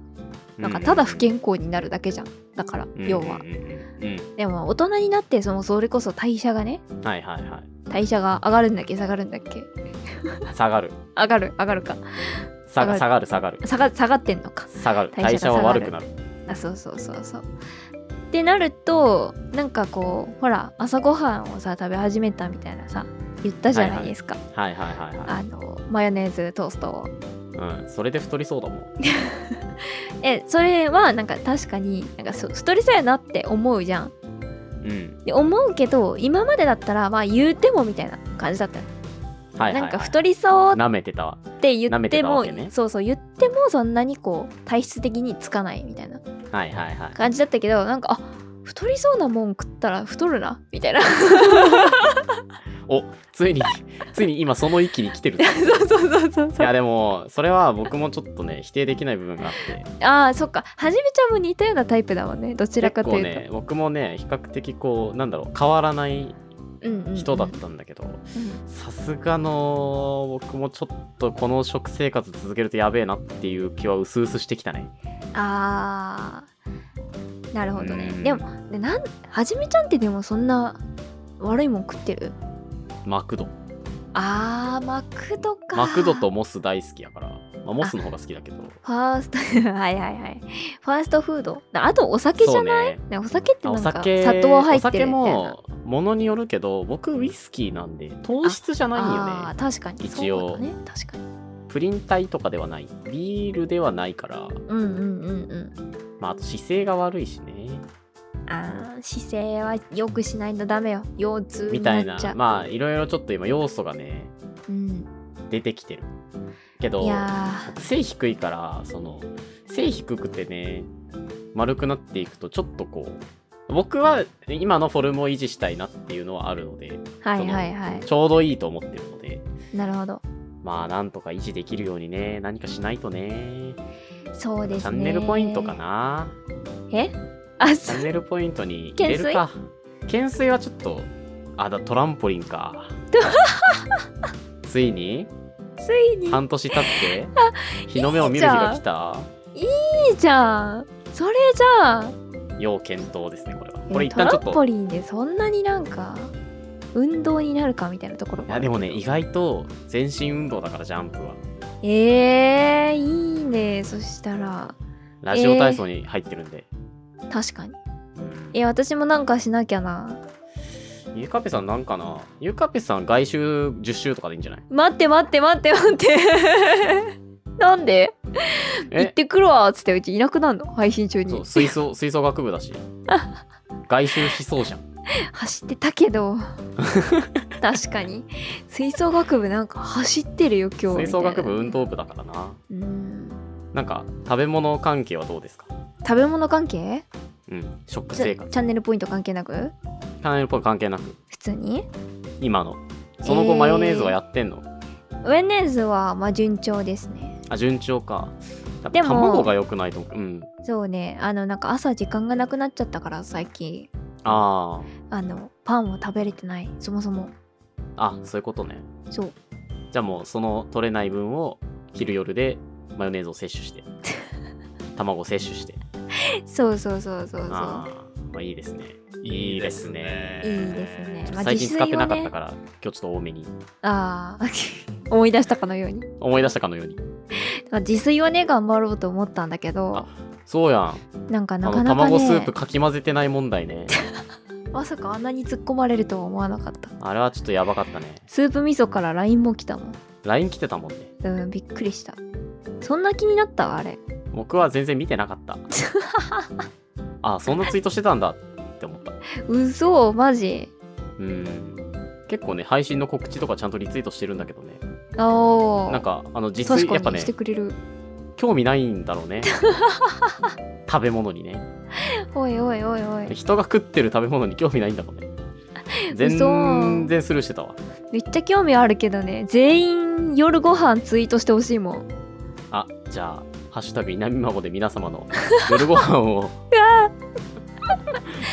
[SPEAKER 1] なんかただ不健康になるだけじゃんだから
[SPEAKER 2] うん
[SPEAKER 1] 要は
[SPEAKER 2] うんうんうん
[SPEAKER 1] でも大人になってそのそれこそ代謝がね
[SPEAKER 2] うんはいはいはい
[SPEAKER 1] 代謝が上がるんだっけ下がるんだっけ
[SPEAKER 2] 下がる
[SPEAKER 1] 上がる上がるか
[SPEAKER 2] 下が下がる下がる
[SPEAKER 1] 下が下がってんのか
[SPEAKER 2] 下がる代
[SPEAKER 1] 代
[SPEAKER 2] 謝
[SPEAKER 1] 謝
[SPEAKER 2] は
[SPEAKER 1] が
[SPEAKER 2] 悪くなる
[SPEAKER 1] あそうそうそうそうってなるとなんかこうほら朝ごはんをさ食べ始めたみたいなさ言ったじゃないですか、
[SPEAKER 2] はいはいはいは
[SPEAKER 1] あのマヨネーズトーストを
[SPEAKER 2] い、うん、それで太りそうだもん
[SPEAKER 1] えそれはなんか確かになんかそう太りそうやなって思うじゃん
[SPEAKER 2] うん
[SPEAKER 1] で思うけど今までだったらまあ言うてもみたいな感じだったの、
[SPEAKER 2] はいはい、はい、
[SPEAKER 1] なんか太りそうっ
[SPEAKER 2] 舐めてたわ
[SPEAKER 1] て言
[SPEAKER 2] 舐
[SPEAKER 1] っ
[SPEAKER 2] めて
[SPEAKER 1] て
[SPEAKER 2] た
[SPEAKER 1] も
[SPEAKER 2] わけね
[SPEAKER 1] そうそう言ってもそんなにこう体質的につかないみたいな
[SPEAKER 2] はいはいはい
[SPEAKER 1] 感じだった けどなんかあ太りそうなもん食ったら太るなみたいな
[SPEAKER 2] おつい についに今その域に来てるい
[SPEAKER 1] そうそうそうそうそう
[SPEAKER 2] やでもそれは僕もちょっとね否定できない部分があって
[SPEAKER 1] ああそっかはじめちゃんも似たようなタイプだもんねどちらか
[SPEAKER 2] 結
[SPEAKER 1] とい
[SPEAKER 2] 構
[SPEAKER 1] うと、
[SPEAKER 2] ね僕もね比較的こうなんだろう変わらない
[SPEAKER 1] うんうんうん
[SPEAKER 2] 人だったんだけど
[SPEAKER 1] うん
[SPEAKER 2] さすがの僕もちょっとこの食生活続けるとやべえなっていう気は薄々してきたね
[SPEAKER 1] あーなるほどね
[SPEAKER 2] うん
[SPEAKER 1] でもでなんはじめちゃんってでもそんな悪いもん食ってる
[SPEAKER 2] マクド
[SPEAKER 1] あーマクドか
[SPEAKER 2] マクドとモス大好きやから、まあ、モスの方が好きだけど
[SPEAKER 1] ファースト はいはいはいファーストフードなあとお酒じ
[SPEAKER 2] そ
[SPEAKER 1] ゃ
[SPEAKER 2] う
[SPEAKER 1] ない、
[SPEAKER 2] ね
[SPEAKER 1] ねお酒って
[SPEAKER 2] あ
[SPEAKER 1] な
[SPEAKER 2] お
[SPEAKER 1] んか
[SPEAKER 2] 酒
[SPEAKER 1] 砂糖入ってるみたいな
[SPEAKER 2] お酒もものによるけど僕ウイスキーなんで糖質じゃない
[SPEAKER 1] あ
[SPEAKER 2] よ
[SPEAKER 1] ー
[SPEAKER 2] ね
[SPEAKER 1] 確かに
[SPEAKER 2] 一応
[SPEAKER 1] そうだね確かに
[SPEAKER 2] プリン体とかではないビールではないから、
[SPEAKER 1] うんうんうんうん
[SPEAKER 2] まあ、あと姿勢が悪いしね
[SPEAKER 1] あー姿勢は良くしないとダメよ腰痛
[SPEAKER 2] み
[SPEAKER 1] に
[SPEAKER 2] た
[SPEAKER 1] ないっ
[SPEAKER 2] な
[SPEAKER 1] ちゃう、
[SPEAKER 2] まあいろいろちょっと今要素がね
[SPEAKER 1] うん、
[SPEAKER 2] 出てきてるけど
[SPEAKER 1] いやー
[SPEAKER 2] 背低いからその背低くてね丸くなっていくとちょっとこう僕は今のフォルムを維持したいなっていうのはあるので
[SPEAKER 1] はいはいは
[SPEAKER 2] ちょうどいいと思ってるので
[SPEAKER 1] い。なるほど。
[SPEAKER 2] まあなんとか維持できるようにね何かしないとね
[SPEAKER 1] そうですね。
[SPEAKER 2] チャンネルポイントか。な
[SPEAKER 1] えあ、
[SPEAKER 2] チ
[SPEAKER 1] そ
[SPEAKER 2] ャンネルポイントに入
[SPEAKER 1] 懸
[SPEAKER 2] れ
[SPEAKER 1] 垂
[SPEAKER 2] るか懸垂はちょっとあだトランポリン かついに
[SPEAKER 1] ついに。い
[SPEAKER 2] 半年 経って日の目を見る日が来た
[SPEAKER 1] いじゃん。それじゃあ。
[SPEAKER 2] 要検討ですねこれは
[SPEAKER 1] え
[SPEAKER 2] これ一旦ちょ
[SPEAKER 1] ト
[SPEAKER 2] っ
[SPEAKER 1] ラ
[SPEAKER 2] と
[SPEAKER 1] ンポリンでそんなになんか、運動になるかみたいなところ
[SPEAKER 2] いやでもね意外と全身運動だからジャンプは
[SPEAKER 1] えー、いいね。そしたら、
[SPEAKER 2] ラジオ体操に入ってるんで、
[SPEAKER 1] 確かに。
[SPEAKER 2] うん
[SPEAKER 1] え、私もなんかしなきゃな。
[SPEAKER 2] ゆかぺさんなんかなゆかぺさん外周10周とかでいいんじゃない
[SPEAKER 1] 待って待って待って 待って。なんで行っ
[SPEAKER 2] え
[SPEAKER 1] てくるわっつってうちいなくなるの配信中
[SPEAKER 2] そ
[SPEAKER 1] に
[SPEAKER 2] う吹奏吹奏楽部だし外周しそうじゃん
[SPEAKER 1] 走ってたけ ど確かに吹奏楽部なんか走ってるよ今日
[SPEAKER 2] 吹奏楽部
[SPEAKER 1] み
[SPEAKER 2] 運動部だからな
[SPEAKER 1] たいなうん
[SPEAKER 2] なんか食べ物関係はどうですか
[SPEAKER 1] 食べ物関係
[SPEAKER 2] うん食
[SPEAKER 1] ちょ
[SPEAKER 2] 生
[SPEAKER 1] チ
[SPEAKER 2] 活
[SPEAKER 1] ャンネルポイント関係なく
[SPEAKER 2] カナエルっぽい関係なく
[SPEAKER 1] 普通に
[SPEAKER 2] 今のその後
[SPEAKER 1] えー
[SPEAKER 2] マヨネーズはやってんの、
[SPEAKER 1] ウェネーズはまあ順調ですね
[SPEAKER 2] あ順調かやっぱ
[SPEAKER 1] でも
[SPEAKER 2] 卵が良くないと思ううん
[SPEAKER 1] そうねあのなんか朝時間がなくなっちゃったから最近
[SPEAKER 2] あ
[SPEAKER 1] あのパンを食べれてないそもそも
[SPEAKER 2] ーあそういうことね
[SPEAKER 1] そう
[SPEAKER 2] じゃあもうその取れない分を昼夜でマヨネーズを摂取して 卵を摂取して
[SPEAKER 1] そうそうそうそうそ
[SPEAKER 2] あー、まあいいですね
[SPEAKER 3] いいですね
[SPEAKER 1] ういいですね、まあ、
[SPEAKER 2] 最近使ってな
[SPEAKER 1] 自炊
[SPEAKER 2] かった
[SPEAKER 1] はね
[SPEAKER 2] から、今日ちょっと多めに
[SPEAKER 1] ああ 思い出したかのように
[SPEAKER 2] 思い出したかのように
[SPEAKER 1] まあ自炊をね頑張ろうと思ったんだけど
[SPEAKER 2] そうやん
[SPEAKER 1] なんかな
[SPEAKER 2] あ
[SPEAKER 1] か
[SPEAKER 2] の
[SPEAKER 1] なかね
[SPEAKER 2] 卵スープかき混ぜてない問 題ね
[SPEAKER 1] まさかあんなに突っ込まれるとは思わなかった
[SPEAKER 2] あれはちょっとやばかったね
[SPEAKER 1] スープ味噌から LINE も来たもん
[SPEAKER 2] LINE 来てたもんね
[SPEAKER 1] うんびっくりしたそんな気になったあれ
[SPEAKER 2] 僕は全然見てなかった あそんなツイートしてたんだって思った
[SPEAKER 1] 嘘マジ
[SPEAKER 2] うん結構ね配信の告知とかちゃんとリツイートしてるんだけどね
[SPEAKER 1] おー
[SPEAKER 2] なんかあの自
[SPEAKER 1] 確
[SPEAKER 2] 炊
[SPEAKER 1] か
[SPEAKER 2] やっぱ
[SPEAKER 1] に
[SPEAKER 2] ね
[SPEAKER 1] してくれる、
[SPEAKER 2] 興味ないんだろう ね食べ物にね
[SPEAKER 1] おいおいおいおい
[SPEAKER 2] 人が食ってる食べ物に興味ないんだろ うね全然スルーしてたわ
[SPEAKER 1] めっちゃ興味あるけどね全員夜ご飯ツイートしてほしいもん
[SPEAKER 2] あじゃあ「ハッシュタグいなみまご」で皆様の 夜ご飯を寄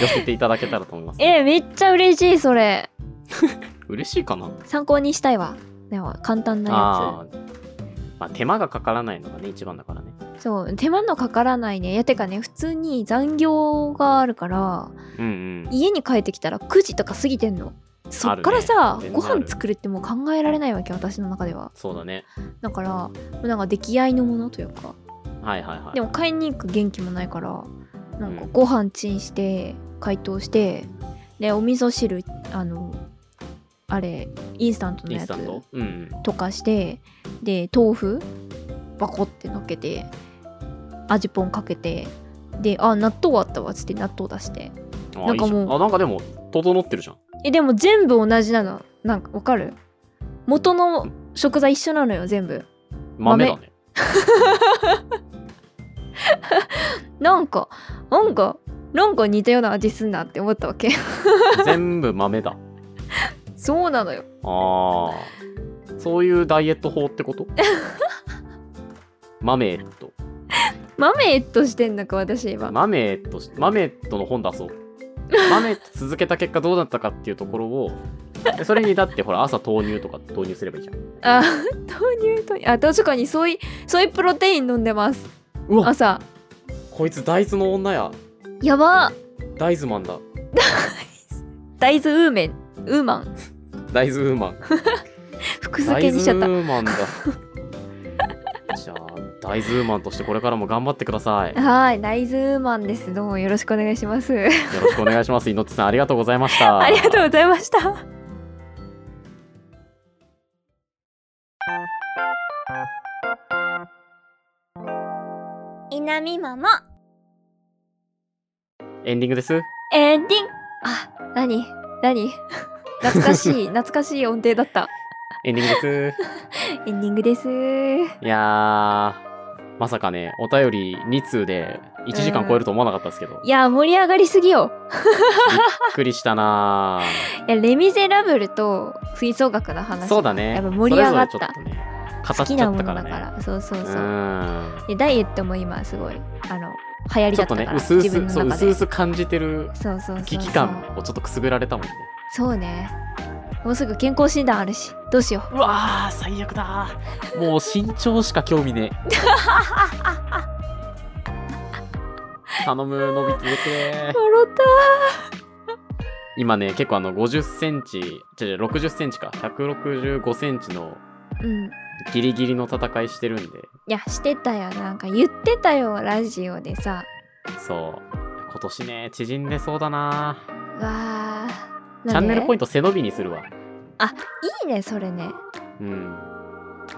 [SPEAKER 2] せていただけたらと思います
[SPEAKER 1] えめっちゃ嬉しいそれ
[SPEAKER 2] 嬉しいかな
[SPEAKER 1] 参考にしたいわでも簡単な
[SPEAKER 2] あーまあ手間がかからないのがね一番だからね
[SPEAKER 1] やつそう手間のかからないねいやてかね普通に残業があるから
[SPEAKER 2] うんうん
[SPEAKER 1] 家に帰ってきたら9時とか過ぎてんのそっからさ、
[SPEAKER 2] あるね全
[SPEAKER 1] ご
[SPEAKER 2] 然ある
[SPEAKER 1] 飯作るってもう考えられないわけ私の中では
[SPEAKER 2] そうだね
[SPEAKER 1] だからもうなんか出来合いのものというか
[SPEAKER 2] はいはいはい
[SPEAKER 1] でも買いに行く元気もないからなんか
[SPEAKER 2] うん
[SPEAKER 1] ご飯チンして解凍してでお味噌汁あのあれインスタントの
[SPEAKER 2] イン
[SPEAKER 1] や
[SPEAKER 2] ス
[SPEAKER 1] つ
[SPEAKER 2] タントうんうん
[SPEAKER 1] とかしてで豆腐バコってのっけて味ぽんかけてであ納豆あったわっつって納豆出して
[SPEAKER 2] あ
[SPEAKER 1] なんか
[SPEAKER 2] いいじゃ
[SPEAKER 1] もう
[SPEAKER 2] あなんかでも整ってるじゃん
[SPEAKER 1] えでも全部同じなのなんかわかる元の食材一緒なのよ全部
[SPEAKER 2] 豆だね
[SPEAKER 1] なんかなんかなんか似たような味すんなって思ったわけ
[SPEAKER 2] 全部豆だ
[SPEAKER 1] そうなのよ
[SPEAKER 2] ああそういうダイエット法って ことマメエット
[SPEAKER 1] マメエットしてんのか私今、
[SPEAKER 2] マメエットしマメエットの本出そうマメエット続けた結果どうだったかっていうところをでそれにだってほら朝豆乳とか導入すればいいじゃん
[SPEAKER 1] あ豆乳とあ確かにソイソイプロテイン飲んでます
[SPEAKER 2] うわ
[SPEAKER 1] 朝
[SPEAKER 2] こいつ大豆の女や
[SPEAKER 1] やば
[SPEAKER 2] 大豆マンだ
[SPEAKER 1] 大豆ウーメンウーマン
[SPEAKER 2] 大豆ウーマン
[SPEAKER 1] 服付
[SPEAKER 2] 大
[SPEAKER 1] けにしちゃった
[SPEAKER 2] 豆ウーマ ンだじゃあ大豆ウーマンとしてこれからも頑張ってくださいよ
[SPEAKER 1] はい大豆ウーマンですどうもよろしくお願いします
[SPEAKER 2] ろしくお願いしますいのっちさんありがとうございました
[SPEAKER 1] ありがとうございました
[SPEAKER 4] いなみまも
[SPEAKER 2] エンディングです
[SPEAKER 1] エンディングあ何 何懐かしい懐かしい音程だった
[SPEAKER 2] エンディングです
[SPEAKER 1] エンディングです
[SPEAKER 2] いやーまさかねお便り2通で1時間超えると思わなかったですけど、
[SPEAKER 1] いや盛り上がりすぎよ
[SPEAKER 2] びっくりしたない
[SPEAKER 1] やレ・ミゼラブルと吹奏楽の
[SPEAKER 2] ー
[SPEAKER 1] 話
[SPEAKER 2] そうだね
[SPEAKER 1] やっぱ盛り上がった
[SPEAKER 2] それぞれちょっとね語
[SPEAKER 1] 好
[SPEAKER 2] っち
[SPEAKER 1] き
[SPEAKER 2] ゃ
[SPEAKER 1] な
[SPEAKER 2] っ
[SPEAKER 1] も
[SPEAKER 2] たか
[SPEAKER 1] の
[SPEAKER 2] ら
[SPEAKER 1] だ
[SPEAKER 2] ね
[SPEAKER 1] からそうそうそうう
[SPEAKER 2] ー
[SPEAKER 1] でダイエットも今すごいあの流行
[SPEAKER 2] ん
[SPEAKER 1] りだ
[SPEAKER 2] ち
[SPEAKER 1] った
[SPEAKER 2] ょっと
[SPEAKER 1] か
[SPEAKER 2] ね
[SPEAKER 1] ら、
[SPEAKER 2] 薄
[SPEAKER 1] 自分
[SPEAKER 2] 々そ
[SPEAKER 1] の
[SPEAKER 2] う
[SPEAKER 1] 中
[SPEAKER 2] 薄
[SPEAKER 1] で
[SPEAKER 2] 々感じてる
[SPEAKER 1] そうそうそうそう
[SPEAKER 2] 危機感をちょっとくすぐられたもんね
[SPEAKER 1] そうねもうすぐ健康診断あるしどうしよ
[SPEAKER 2] うわー最悪だーもう身長しか興味ね え頼む伸び続け
[SPEAKER 1] う笑った
[SPEAKER 2] 今ね結構あの50センチ違う違う60センチか165センチの
[SPEAKER 1] うん
[SPEAKER 2] ギリギリの戦いしてるんで
[SPEAKER 1] いやしてたよなんか言ってたよラジオでさ
[SPEAKER 2] そう今年ね縮んでそうだな
[SPEAKER 1] うわー
[SPEAKER 2] チャンネルポイ
[SPEAKER 1] イン
[SPEAKER 2] ント背伸びにするわ
[SPEAKER 1] トいいねそれね
[SPEAKER 2] うんも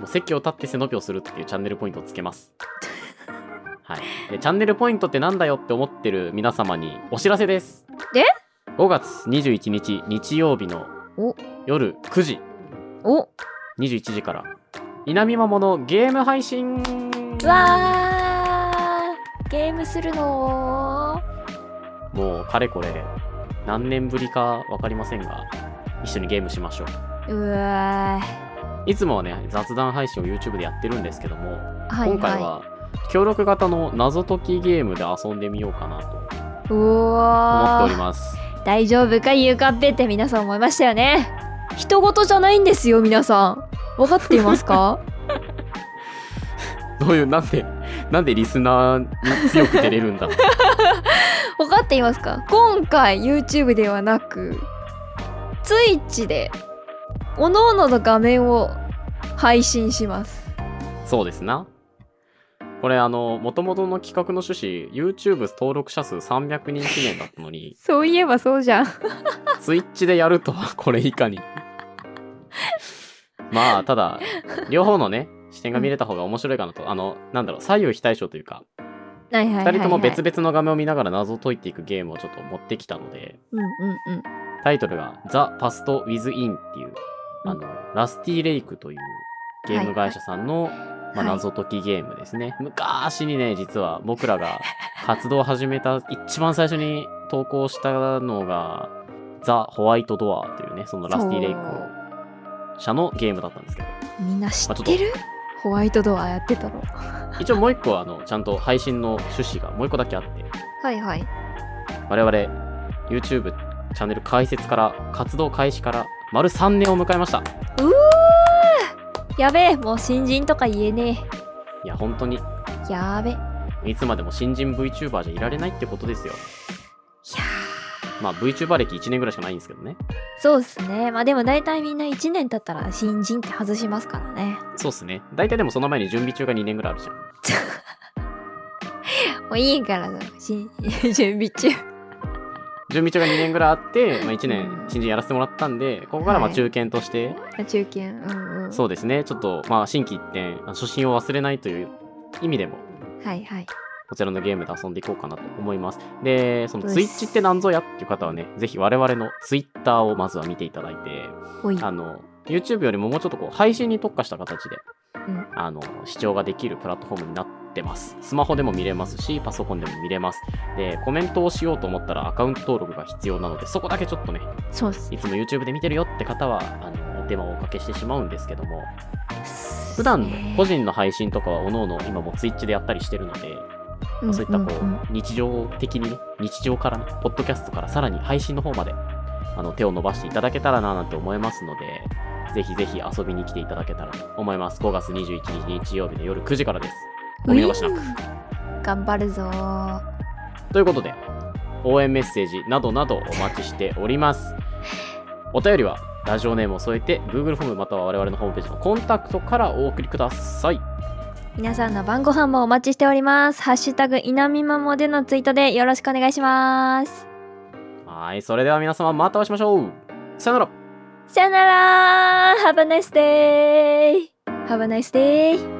[SPEAKER 2] う席を立って背伸びをするっていうチャンネルポイントをつけますはいでチャンネルポイントってなんだよって思ってる皆様にお知らせです
[SPEAKER 1] で
[SPEAKER 2] 5月21日日曜日の
[SPEAKER 1] お
[SPEAKER 2] 夜9時
[SPEAKER 1] お
[SPEAKER 2] 21時から稲見まものゲーム配信
[SPEAKER 1] うわーゲームするの
[SPEAKER 2] もうかれこれ何年ぶりか分かりませんが一緒にゲームしましょう
[SPEAKER 1] ーうわ
[SPEAKER 2] いつもはね雑談配信を YouTube でやってるんですけども、
[SPEAKER 1] ーはい
[SPEAKER 2] 今回は協力型の謎解きゲームで遊んでみようかな
[SPEAKER 1] う
[SPEAKER 2] と思って
[SPEAKER 1] わ
[SPEAKER 2] おり
[SPEAKER 1] ー
[SPEAKER 2] ます
[SPEAKER 1] 大丈夫かゆうかっぺって皆さん思いましたよね人事じゃないんですよ皆さん分かっています か
[SPEAKER 2] どういうなんでなんでリスナーに強く出れるんだ
[SPEAKER 1] 分かっていますか今回 YouTube ではなく Twitch でおのおのの画面を配信します
[SPEAKER 2] そうですなこれあの元々の企画の趣旨 YouTube 登録者数300人記念だった のに
[SPEAKER 1] そういえばそうじゃん
[SPEAKER 2] Twitch でやるとはこれ以下にまあただ両方のね視点が見れた方が面白いかなとあのなんだろう左右非対称というか
[SPEAKER 1] はいはいはい、はい、
[SPEAKER 2] 2人とも別々の画面を見ながら謎を解いていくゲームをちょっと持ってきたので
[SPEAKER 1] うんうんうん
[SPEAKER 2] タイトルが「ザ・パスト・ウィズ・イン」っていうあのラスティ・レイクというゲーム会社さんの、ま
[SPEAKER 1] は
[SPEAKER 2] あ、
[SPEAKER 1] い
[SPEAKER 2] 謎解きゲームですね、昔にね実は僕らが活動を始めた一番最初に投稿したのが「ザ・ホワイト・ドア」というねそのラスティ・レイク社のゲームだったんですけど
[SPEAKER 1] みんな知
[SPEAKER 2] まあ
[SPEAKER 1] っ
[SPEAKER 2] ちょっと
[SPEAKER 1] てるホワイトドアやってたの
[SPEAKER 2] 一応もう一個はあのちゃんと配信の趣旨がもう一個だけあって
[SPEAKER 1] はいはい
[SPEAKER 2] 我々 YouTube チャンネル開設から活動開始から丸3年を迎えました
[SPEAKER 1] やべえもう新人とか言えね
[SPEAKER 2] いや本当に
[SPEAKER 1] えやべいや
[SPEAKER 2] いつまでも新人 VTuber じゃいられないってことですよ
[SPEAKER 1] ー
[SPEAKER 2] まあ VTuber 歴1年ぐらいしかないんですけどね
[SPEAKER 1] そうっすねまあでも大体みんな1年経ったら新人って外しますからね
[SPEAKER 2] そうっすね大体でもその前に準備中が2年ぐらいあるじゃん
[SPEAKER 1] もういいから新 準備中
[SPEAKER 2] 準備中が2年ぐらいあって、まあ、1年新人やらせてもらったんでここからまあ中堅として、
[SPEAKER 1] 中堅うんうん
[SPEAKER 2] そうですねちょっとまあ心機一転初心を忘れないという意味でも
[SPEAKER 1] はいはい
[SPEAKER 2] こちらのゲームで遊んでいこうかなと思います。で、その
[SPEAKER 1] うっす
[SPEAKER 2] Twitch って何ぞやっていう方はね、ぜひ我々の Twitter をまずは見ていただいて、
[SPEAKER 1] おい
[SPEAKER 2] あの、YouTube よりももうちょっとこう配信に特化した形で、
[SPEAKER 1] うん
[SPEAKER 2] あの視聴ができるプラットフォームになっってます。スマホでも見れますし、パソコンでも見れます。で、コメントをしようと思ったらアカウント登録が必要なので、そこだけちょっとね、
[SPEAKER 1] そうです
[SPEAKER 2] いつも YouTube で見てるよって方は、あの、お手間をおかけしてしまうんですけども、
[SPEAKER 1] 普
[SPEAKER 2] 普段の個人の配信とかは、おのおの今も Twitch でやったりしてるので、まあそういったこう、日常的にね、日常からね、ポッドキャストからさらに配信の方まで、あの、手を伸ばしていただけたらななんて思いますので、ぜひぜひ遊びに来ていただけたらと思います。5月21日日曜日の夜9時からです。お見逃しなく。
[SPEAKER 1] 頑張るぞー
[SPEAKER 2] ということで、応援メッセージなどなどお待ちしております。お便りは、ラジオネームを添えて、Google フォームまたは我々のホームページのコンタクトからお送りください。
[SPEAKER 1] 皆さんの晩ご飯もお待ちしておりますハッシュタグいなみまもでのツイートでよろしくお願いします
[SPEAKER 2] はい、それでは皆様またお会いしましょう。さよなら。
[SPEAKER 1] さよなら Have a nice day Have a nice day